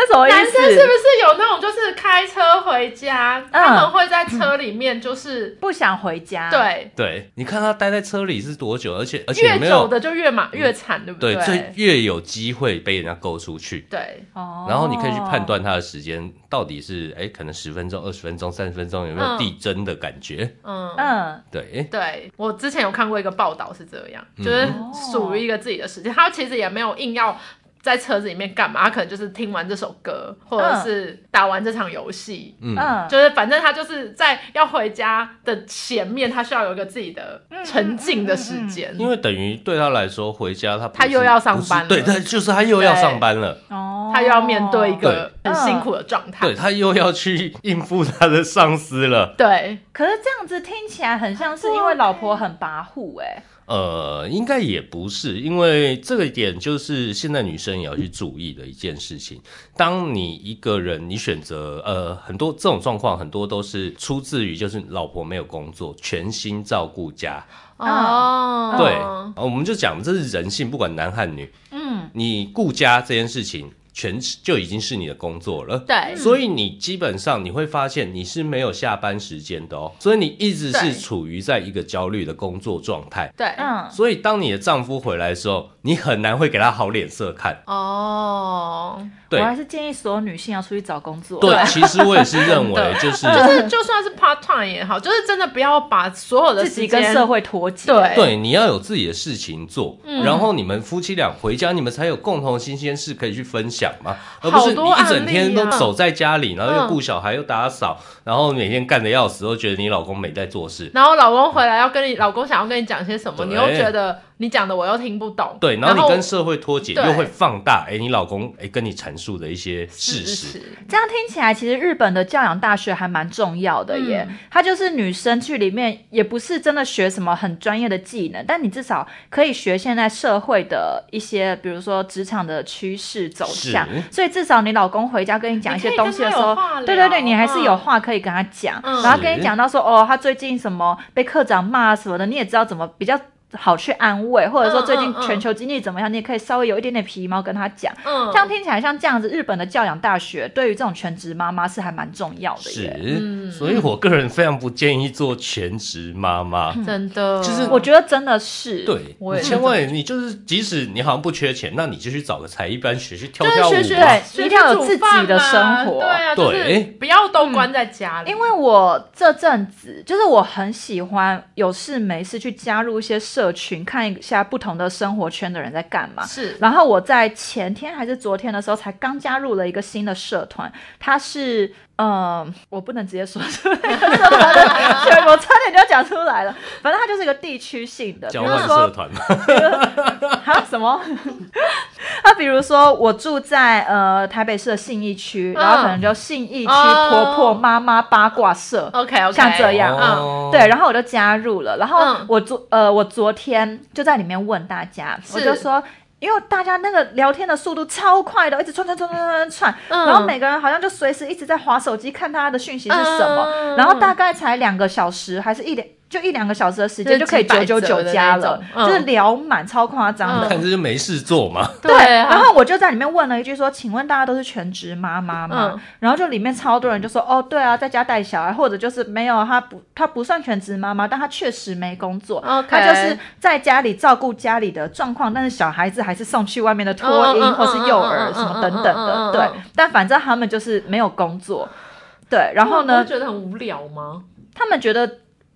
[SPEAKER 1] 是什么意
[SPEAKER 2] 男
[SPEAKER 1] 思
[SPEAKER 2] 生？是不是有那种就是开车回家，
[SPEAKER 1] 嗯
[SPEAKER 2] 他们会在车里面就是
[SPEAKER 1] 不想回家？，
[SPEAKER 2] 对，
[SPEAKER 3] 对，你看他待在车里是多久，而且而且有
[SPEAKER 2] 越
[SPEAKER 3] 没
[SPEAKER 2] 久
[SPEAKER 3] 有嗯
[SPEAKER 2] 的就越满越惨，对不
[SPEAKER 3] 对，这
[SPEAKER 2] 对，
[SPEAKER 3] 越有机会被人家勾出去。
[SPEAKER 2] 对，
[SPEAKER 1] 哦
[SPEAKER 3] 然后你可以去判。断他的时间到底是哎，可能十分钟、二十分钟、三十分钟，有没有
[SPEAKER 2] 嗯
[SPEAKER 3] 递增的感觉？
[SPEAKER 2] 嗯。
[SPEAKER 1] 嗯，
[SPEAKER 3] 对，哎
[SPEAKER 2] 对我之前有看过一个报道是这样，就是
[SPEAKER 1] 嗯
[SPEAKER 2] 属于一个自己的时间，他其实也没有硬要在车子里面干嘛，他可能就是听完这首歌，或者是打完这场游戏，
[SPEAKER 3] 嗯
[SPEAKER 1] 嗯，
[SPEAKER 2] 就是反正他就是在要回家的前面，他需要有一个自己的沉浸的时间。
[SPEAKER 3] 因为等于对他来说，回家他不是
[SPEAKER 2] 他又要上班了
[SPEAKER 3] 不是对，他就是他又要上班了，
[SPEAKER 1] 哦
[SPEAKER 2] 他又要面对一个
[SPEAKER 1] 对
[SPEAKER 2] 很辛苦的状态。
[SPEAKER 3] 对他又要去应付他的上司了。
[SPEAKER 2] 对
[SPEAKER 1] 可是这样子听起来很像是因为老婆很跋扈哎、
[SPEAKER 3] 呃，应该也不是，因为这个点就是现在女生也要去注意的一件事情。当你一个人，你选择呃很多这种状况，很多都是出自于就是老婆没有工作，全心照顾家。
[SPEAKER 2] 哦，
[SPEAKER 3] 对，呃我们就讲这是人性，不管男和女，
[SPEAKER 1] 嗯
[SPEAKER 3] 你顾家这件事情，全就已经是你的工作了。
[SPEAKER 2] 对
[SPEAKER 3] 所以你基本上你会发现你是没有下班时间的哦，所以你一直
[SPEAKER 2] 对
[SPEAKER 3] 是处于在一个焦虑的工作状态。
[SPEAKER 2] 对，
[SPEAKER 1] 嗯，
[SPEAKER 3] 所以当你的丈夫回来的时候，你很难会给他好脸色看。
[SPEAKER 2] 哦，
[SPEAKER 3] 对
[SPEAKER 1] 我还是建议所有女性要出去找工作。
[SPEAKER 3] 对，其实我也是认为
[SPEAKER 2] 对
[SPEAKER 3] 就是。
[SPEAKER 2] 就是就算是 part time 也好，就是真的不要把所有的
[SPEAKER 1] 自
[SPEAKER 2] 时
[SPEAKER 1] 己
[SPEAKER 2] 间
[SPEAKER 1] 跟社会脱节。
[SPEAKER 2] 对
[SPEAKER 3] 对，你要有自己的事情做，然后你们夫妻俩回家，你们才有共同新鲜事可以去分享嘛，而不是你
[SPEAKER 2] 多案
[SPEAKER 3] 一整天
[SPEAKER 2] 例啊
[SPEAKER 3] 都守在家里，然后又
[SPEAKER 2] 嗯
[SPEAKER 3] 顾小孩，又打扫，然后每天干的要死，都觉得你老公没在做事。
[SPEAKER 2] 然后老公回来要跟你，老公想要跟你讲些什么，
[SPEAKER 3] 对
[SPEAKER 2] 你又觉得你讲的我又听不懂，
[SPEAKER 3] 对，然
[SPEAKER 2] 然
[SPEAKER 3] 后你跟社会脱节，
[SPEAKER 2] 对
[SPEAKER 3] 又会放大哎、诶你老公哎、诶跟你阐述的一些事实。
[SPEAKER 2] 实，
[SPEAKER 1] 这样听起来，其实日本的教养大学还蛮重要的耶。
[SPEAKER 2] 嗯
[SPEAKER 1] 它就是女生去里面，也不是真的学什么很专业的技能，但你至少可以学现在社会的一些，比如说职场的趋势走向。所以至少你老公回家跟你讲一些东西的时候
[SPEAKER 2] 你可以跟他有话，聊
[SPEAKER 1] 对对对，你还是有
[SPEAKER 2] 嗯
[SPEAKER 1] 话可以跟他讲，
[SPEAKER 2] 嗯
[SPEAKER 1] 然后跟你讲到说，哦，他最近什么被课长骂啊什么的，你也知道怎么比较。好去安慰，或者说最近
[SPEAKER 2] 嗯嗯嗯
[SPEAKER 1] 全球经济怎么样，你也可以稍微有一点点皮毛跟他讲。
[SPEAKER 2] 嗯，
[SPEAKER 1] 这样听起来像这样子，日本的教养大学对于这种全职妈妈是还蛮重要的
[SPEAKER 3] 是
[SPEAKER 1] 耶。，
[SPEAKER 3] 所以我个人非常不建议做全职妈妈。
[SPEAKER 2] 真的，
[SPEAKER 3] 就是
[SPEAKER 1] 我觉得真的是，
[SPEAKER 3] 对，
[SPEAKER 2] 我也
[SPEAKER 3] 你
[SPEAKER 2] 是
[SPEAKER 3] 千万你就是，即使你好像不缺钱，那你就去找个才艺班学去跳
[SPEAKER 2] 就是
[SPEAKER 3] 跳舞啊
[SPEAKER 2] 学
[SPEAKER 3] 嘛。
[SPEAKER 2] 学
[SPEAKER 1] 对
[SPEAKER 2] 学
[SPEAKER 1] 一定要有
[SPEAKER 2] 煮
[SPEAKER 1] 自己
[SPEAKER 2] 饭
[SPEAKER 1] 的
[SPEAKER 2] 嘛
[SPEAKER 1] 生活
[SPEAKER 2] 对啊，就是
[SPEAKER 3] 对
[SPEAKER 2] 不要都关在家里，
[SPEAKER 1] 因为我这阵子就是我很喜欢有事没事去加入一些社群，看一下不同的生活圈的人在干嘛。
[SPEAKER 2] 是
[SPEAKER 1] 然后我在前天还是昨天的时候，才刚加入了一个新的社团，它是，嗯、我不能直接说出来那个社团的名称，我差点就要讲出来了。反正它就是一个地区性的，比
[SPEAKER 3] 交
[SPEAKER 1] 如
[SPEAKER 3] 换
[SPEAKER 1] 说
[SPEAKER 3] 社团嘛，
[SPEAKER 1] 啊什么？ 那比如说我住在呃台北市的信义区，然后可能就信义区
[SPEAKER 2] 哦
[SPEAKER 1] 婆婆妈妈八卦社，
[SPEAKER 2] OK OK，
[SPEAKER 1] 像这样
[SPEAKER 3] 哦
[SPEAKER 1] 对，然后我就加入了，然后
[SPEAKER 2] 嗯
[SPEAKER 1] 我昨、呃我昨天就在里面问大家，我
[SPEAKER 2] 是
[SPEAKER 1] 就说。因为大家那个聊天的速度超快的，一直窜窜窜窜窜窜，
[SPEAKER 2] 嗯
[SPEAKER 1] 然后每个人好像就随时一直在划手机看他的讯息是什么，
[SPEAKER 2] 嗯
[SPEAKER 1] 然后大概才两个小时，还是一两就一两个小时的时间
[SPEAKER 2] 就
[SPEAKER 1] 就是可以
[SPEAKER 2] 几百
[SPEAKER 1] 九九
[SPEAKER 2] 折
[SPEAKER 1] 九
[SPEAKER 2] 的
[SPEAKER 1] 加
[SPEAKER 2] 那种
[SPEAKER 1] 了，
[SPEAKER 2] 嗯
[SPEAKER 1] 就是聊满，超夸张的。
[SPEAKER 3] 看这就没事做嘛。
[SPEAKER 1] 对，
[SPEAKER 2] 啊
[SPEAKER 1] 然后我就在里面问了一句说：“请问大家都是全职妈妈吗？”
[SPEAKER 2] 嗯
[SPEAKER 1] 然后就里面超多人就说：“哦，对啊，在家带小孩，或者就是没有，她不，她不算全职妈妈，但她确实没工作
[SPEAKER 2] OK
[SPEAKER 1] 她就是在家里照顾家里的状况，但是小孩子还是送去外面的托
[SPEAKER 2] 嗯嗯
[SPEAKER 1] 婴
[SPEAKER 2] 嗯
[SPEAKER 1] 或是幼儿
[SPEAKER 2] 嗯嗯
[SPEAKER 1] 什么
[SPEAKER 2] 嗯
[SPEAKER 1] 等等
[SPEAKER 2] 嗯嗯
[SPEAKER 1] 的，
[SPEAKER 2] 嗯
[SPEAKER 1] 对
[SPEAKER 2] 嗯。
[SPEAKER 1] 但反正他们就是没有工作，对。然后
[SPEAKER 2] 你
[SPEAKER 1] 呢
[SPEAKER 2] 不，觉得很无聊吗？
[SPEAKER 1] 他们觉得。”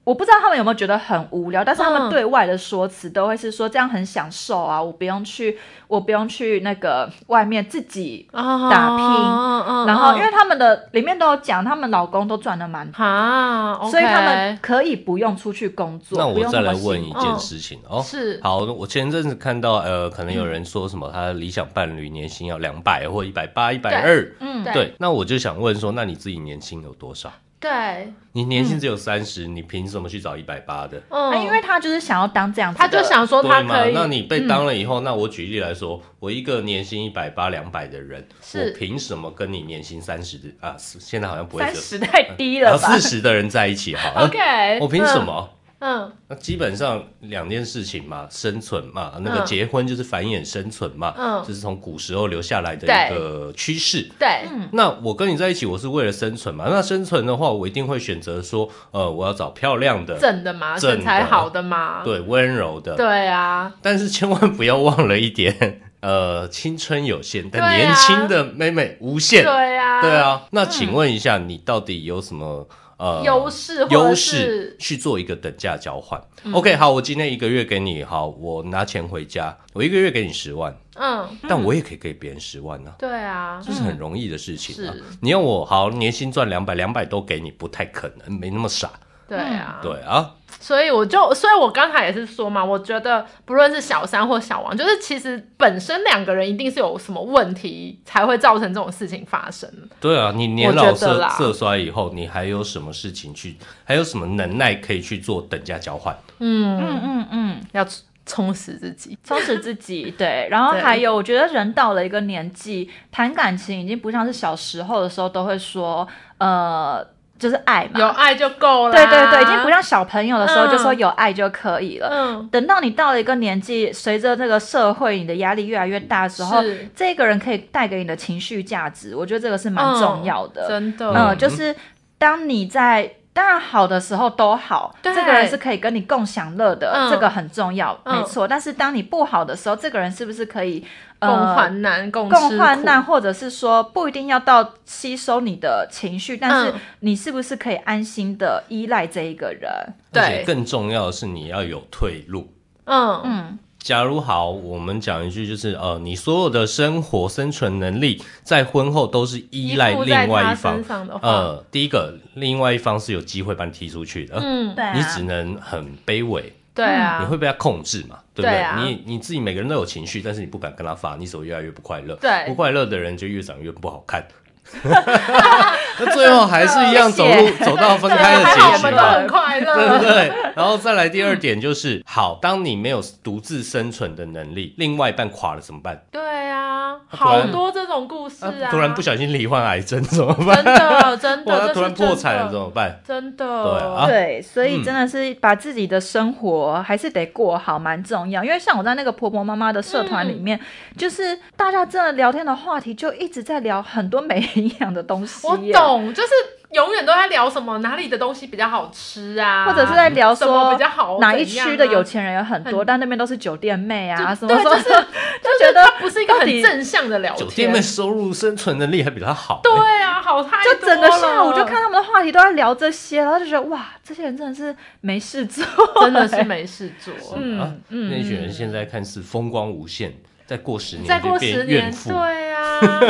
[SPEAKER 1] 我不知道他们有没有觉得很无聊，但是他
[SPEAKER 2] 嗯
[SPEAKER 1] 们对外的说辞都会是说这样很享受啊，我不用去，我不用去那个外面自己。
[SPEAKER 2] 打
[SPEAKER 1] 拼
[SPEAKER 2] 啊
[SPEAKER 1] 然后因为他们的里面都有讲，他们老公都赚的蛮多，
[SPEAKER 2] 啊，
[SPEAKER 1] 所以他们可以不用出去工作。
[SPEAKER 3] 那
[SPEAKER 1] 不
[SPEAKER 3] 我
[SPEAKER 1] 用
[SPEAKER 3] 再来
[SPEAKER 1] 么辛
[SPEAKER 3] 问一
[SPEAKER 1] 苦
[SPEAKER 3] 件事情哦。
[SPEAKER 2] 是
[SPEAKER 3] 好，我前阵子看到，呃，可能有人说什么他的理想伴侣年薪要两百或一百八、一百二，
[SPEAKER 1] 嗯，
[SPEAKER 2] 对
[SPEAKER 3] 对，那我就想问说，那你自己年薪有多少？
[SPEAKER 2] 对，
[SPEAKER 3] 你年薪只有三十、你凭什么去找一百八的？
[SPEAKER 1] 啊
[SPEAKER 2] 嗯
[SPEAKER 1] 因为他就是想要当这样子
[SPEAKER 2] 他
[SPEAKER 1] 的，
[SPEAKER 2] 就想说他
[SPEAKER 3] 对嘛
[SPEAKER 2] 可？以，嗯
[SPEAKER 3] 那你被当了以后，那我举例来说，我一个年薪一百八、两百的人，
[SPEAKER 2] 是
[SPEAKER 3] 我凭什么跟你年薪三十的啊？是现在好像不会
[SPEAKER 1] 三
[SPEAKER 3] 这样，
[SPEAKER 1] 十太低
[SPEAKER 3] 然
[SPEAKER 1] 了
[SPEAKER 3] 后
[SPEAKER 1] 吧
[SPEAKER 3] 四？十的人在一起 好了，
[SPEAKER 2] OK，
[SPEAKER 3] 啊我凭什？么？
[SPEAKER 2] 嗯
[SPEAKER 3] 那基本上两件事情嘛，生存嘛，那个
[SPEAKER 2] 嗯
[SPEAKER 3] 结婚就是繁衍生存嘛，
[SPEAKER 2] 嗯
[SPEAKER 3] 这是从古时候留下来的
[SPEAKER 2] 对
[SPEAKER 3] 一个趋势。
[SPEAKER 2] 嗯，对，
[SPEAKER 3] 那我跟你在一起，我是为了生存嘛？那生存的话，我一定会选择说，呃，我要找漂亮的，
[SPEAKER 2] 正的嘛，
[SPEAKER 3] 正的
[SPEAKER 2] 身材好的嘛，
[SPEAKER 3] 对，温柔的。
[SPEAKER 2] 对啊，
[SPEAKER 3] 但是千万不要忘了一点， 呃，青春有限，
[SPEAKER 2] 对啊
[SPEAKER 3] 但年轻的妹妹无限。
[SPEAKER 2] 对啊，
[SPEAKER 3] 对，啊，那请问一下，你到底有什么呃
[SPEAKER 2] 优势或者
[SPEAKER 3] 优势
[SPEAKER 2] 是
[SPEAKER 3] 去做一个等价交换、o
[SPEAKER 2] 嗯
[SPEAKER 3] k 好，我今天一个月给你，好，我拿钱回家，我一个月给你十万，
[SPEAKER 2] 嗯，
[SPEAKER 3] 但我也可以给别人十万呢、
[SPEAKER 2] 对啊，
[SPEAKER 3] 这是很容易的事情啊
[SPEAKER 2] 嗯是！
[SPEAKER 3] 你要我好年薪赚两百，两百都给你，不太可能，没那么傻。
[SPEAKER 2] 对啊，
[SPEAKER 3] 对啊，
[SPEAKER 2] 所以我就，所以我刚才也是说嘛，我觉得不论是小三或小王，就是其实本身两个人一定是有什么问题，才会造成这种事情发生。
[SPEAKER 3] 对啊，你年
[SPEAKER 2] 我
[SPEAKER 3] 老
[SPEAKER 2] 觉得
[SPEAKER 3] 色
[SPEAKER 2] 啦
[SPEAKER 3] 色衰以后，你还有什么事情去，还有什么能耐可以去做等价交换？
[SPEAKER 1] 嗯嗯嗯，
[SPEAKER 2] 要充实自己。
[SPEAKER 1] 充实自 己。对，然后
[SPEAKER 2] 对
[SPEAKER 1] 还有，我觉得人到了一个年纪，谈感情已经不像是小时候的时候都会说，呃，就是爱
[SPEAKER 3] 啊
[SPEAKER 1] 嘛，
[SPEAKER 2] 有爱就够了。
[SPEAKER 1] 对对对，已经不像小朋友的时候
[SPEAKER 2] 嗯
[SPEAKER 1] 就说有爱就可以了。
[SPEAKER 2] 嗯，
[SPEAKER 1] 等到你到了一个年纪，随着这个社会你的压力越来越大的时候
[SPEAKER 2] 是，
[SPEAKER 1] 这个人可以带给你的情绪价值，我觉得这个是蛮重要的。
[SPEAKER 2] 嗯真的。
[SPEAKER 1] 嗯，就是当你在。当然好的时候都好，
[SPEAKER 2] 对
[SPEAKER 1] 这个人是可以跟你共享乐的，
[SPEAKER 2] 嗯
[SPEAKER 1] 这个很重要，
[SPEAKER 2] 嗯
[SPEAKER 1] 没错。但是当你不好的时候，这个人是不是可以呃
[SPEAKER 2] 共患难，共吃
[SPEAKER 1] 共
[SPEAKER 2] 苦
[SPEAKER 1] 患难，。或者是说不一定要到吸收你的情绪，但是
[SPEAKER 2] 嗯
[SPEAKER 1] 你是不是可以安心的依赖这一个人？
[SPEAKER 2] 对
[SPEAKER 3] 而且更重要的是你要有退路。
[SPEAKER 2] 嗯嗯，
[SPEAKER 1] 嗯，
[SPEAKER 3] 假如好，我们讲一句，就是呃，你所有的生活生存能力，在婚后都是依赖
[SPEAKER 2] 附
[SPEAKER 3] 另
[SPEAKER 2] 在
[SPEAKER 3] 外
[SPEAKER 2] 他
[SPEAKER 3] 一方
[SPEAKER 2] 身。上的话，
[SPEAKER 3] 呃，第一个，另外一方是有机会把你踢出去的，
[SPEAKER 2] 嗯，
[SPEAKER 1] 对啊，
[SPEAKER 3] 你只能很卑微，
[SPEAKER 2] 对
[SPEAKER 3] 你
[SPEAKER 1] 嗯
[SPEAKER 2] 啊，
[SPEAKER 3] 会被他控制嘛，对不对？
[SPEAKER 2] 对啊
[SPEAKER 3] 你你自己每个人都有情绪，但是你不敢跟他发，你手越来越不快乐，
[SPEAKER 2] 对
[SPEAKER 3] 不快乐的人就越长越不好看。 那最后还是一样走
[SPEAKER 1] 真
[SPEAKER 3] 路
[SPEAKER 1] 的
[SPEAKER 3] 走到分
[SPEAKER 2] 对
[SPEAKER 3] 开的
[SPEAKER 2] 还好我
[SPEAKER 3] 结局
[SPEAKER 2] 们都
[SPEAKER 3] 嘛，
[SPEAKER 2] 很快
[SPEAKER 3] 对不
[SPEAKER 2] 乐。
[SPEAKER 3] 对？然后再来第二点就是，好，当你没有独自生存的能力，另外一半垮了怎么办？
[SPEAKER 2] 对啊，
[SPEAKER 3] 突
[SPEAKER 2] 好
[SPEAKER 3] 然
[SPEAKER 2] 多这种故事啊，
[SPEAKER 3] 突然不小心罹患癌症怎么
[SPEAKER 2] 真
[SPEAKER 3] 办？
[SPEAKER 2] 的真
[SPEAKER 3] 哇，
[SPEAKER 2] 的，
[SPEAKER 3] 他
[SPEAKER 2] 这
[SPEAKER 3] 突然
[SPEAKER 2] 是真
[SPEAKER 3] 破
[SPEAKER 2] 的
[SPEAKER 3] 产了怎么办？
[SPEAKER 2] 真
[SPEAKER 3] 对啊
[SPEAKER 2] 的，
[SPEAKER 1] 对，所以
[SPEAKER 3] 嗯
[SPEAKER 1] 真的是把自己的生活还是得过好，蛮重要。因为像我在那个婆婆妈妈的社团里
[SPEAKER 2] 嗯
[SPEAKER 1] 面，就是大家真的聊天的话题就一直在聊很多没营养的东西，
[SPEAKER 2] 我，懂，就是永远都在聊什么哪里的东西比较好吃啊，
[SPEAKER 1] 或者是在聊
[SPEAKER 2] 什么
[SPEAKER 1] 说
[SPEAKER 2] 比较好，
[SPEAKER 1] 哪一区的有
[SPEAKER 2] 钱。
[SPEAKER 1] 钱人有很多，但那边都是酒店妹啊，什么
[SPEAKER 2] 对，
[SPEAKER 1] 什
[SPEAKER 2] 就
[SPEAKER 1] 么，
[SPEAKER 2] 是就
[SPEAKER 1] 觉
[SPEAKER 2] 是
[SPEAKER 1] 得
[SPEAKER 2] 它不是一个
[SPEAKER 1] 到
[SPEAKER 2] 很
[SPEAKER 1] 底
[SPEAKER 2] 正向的聊天。
[SPEAKER 3] 酒店的收入生存能力还比他好、欸。
[SPEAKER 2] 对啊，好太多
[SPEAKER 1] 就整个下午
[SPEAKER 2] 了
[SPEAKER 1] 就看，他们的话题都在聊这些，然后就觉得哇，这些人真的是没事 做，欸
[SPEAKER 2] 真的是没事做。
[SPEAKER 3] 啊
[SPEAKER 1] 嗯，嗯
[SPEAKER 3] 那群 人现在看似风光无限，再过十年
[SPEAKER 2] 再过
[SPEAKER 3] 就变
[SPEAKER 2] 十
[SPEAKER 3] 怨
[SPEAKER 2] 年，
[SPEAKER 3] 妇。
[SPEAKER 2] 对 啊，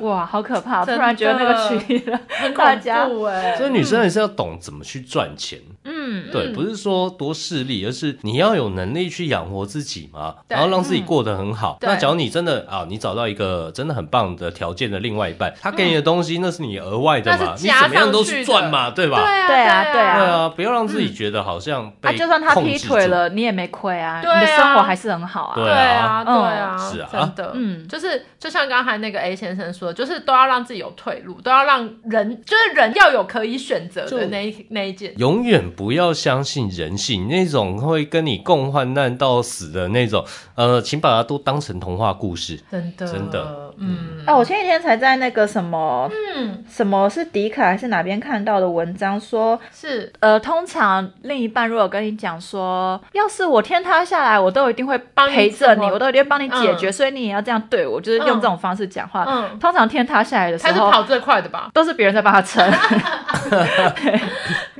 [SPEAKER 1] 哇，好可怕！突
[SPEAKER 2] 真的
[SPEAKER 1] 然觉得那个群里的
[SPEAKER 2] 很
[SPEAKER 1] 大
[SPEAKER 2] 恐
[SPEAKER 1] 家
[SPEAKER 2] 怖哎、
[SPEAKER 3] 所以女生还是要懂怎么去赚钱，
[SPEAKER 1] 嗯嗯
[SPEAKER 3] 对，不是说多势利，而是你要有能力去养活自己嘛，
[SPEAKER 2] 对嗯
[SPEAKER 3] 然后让自己过得很好。
[SPEAKER 2] 对
[SPEAKER 3] 那假如你真的啊，你找到一个真的很棒的条件的另外一半，他给你的东西那是你额外的嘛
[SPEAKER 2] 嗯那，是
[SPEAKER 3] 你
[SPEAKER 2] 加
[SPEAKER 3] 怎么样
[SPEAKER 2] 上
[SPEAKER 3] 都
[SPEAKER 2] 去
[SPEAKER 3] 是
[SPEAKER 2] 的
[SPEAKER 3] 赚嘛，对
[SPEAKER 2] 对
[SPEAKER 3] 吧？
[SPEAKER 2] 啊，嗯
[SPEAKER 1] 对啊
[SPEAKER 2] 啊，
[SPEAKER 1] 对
[SPEAKER 3] 对
[SPEAKER 1] 啊
[SPEAKER 3] 啊，不要让自己觉得好像被
[SPEAKER 1] 啊，就算他
[SPEAKER 3] 控
[SPEAKER 1] 劈
[SPEAKER 3] 制
[SPEAKER 1] 腿
[SPEAKER 3] 住，
[SPEAKER 1] 了，你也没亏啊，
[SPEAKER 2] 对啊
[SPEAKER 1] 你的生活还是很好啊。
[SPEAKER 3] 对
[SPEAKER 2] 对啊，
[SPEAKER 3] 啊
[SPEAKER 2] 对啊，
[SPEAKER 3] 嗯是啊
[SPEAKER 2] 真的，嗯，
[SPEAKER 1] 嗯
[SPEAKER 2] 就是就像刚才那个 A 先生说的，就是都要让自己有退路，都要让人，就是人要有可以选择的
[SPEAKER 3] 就
[SPEAKER 2] 那一那一件。
[SPEAKER 3] 永远不要相信人性，那种会跟你共患难到死的那种，呃，请把它都当成童话故事。
[SPEAKER 2] 真的，
[SPEAKER 3] 真的，。
[SPEAKER 2] 嗯，
[SPEAKER 1] 哎、我前几天才在那个什么
[SPEAKER 2] 嗯，
[SPEAKER 1] 什么是迪卡还是哪边看到的文章说，
[SPEAKER 2] 是，
[SPEAKER 1] 呃，通常另一半如果跟你讲说，要是我天塌下来，我都一定会
[SPEAKER 2] 帮你
[SPEAKER 1] 陪着你，
[SPEAKER 2] 怎么
[SPEAKER 1] 我都一定会帮你解决，
[SPEAKER 2] 嗯
[SPEAKER 1] 所以你也要这样对我，就是用这
[SPEAKER 2] 嗯
[SPEAKER 1] 种方式讲话。
[SPEAKER 2] 嗯
[SPEAKER 1] 通常天塌下来的啊时
[SPEAKER 2] 他是
[SPEAKER 1] 候，
[SPEAKER 2] 跑最快的吧？
[SPEAKER 1] 都是别人在帮他 撑。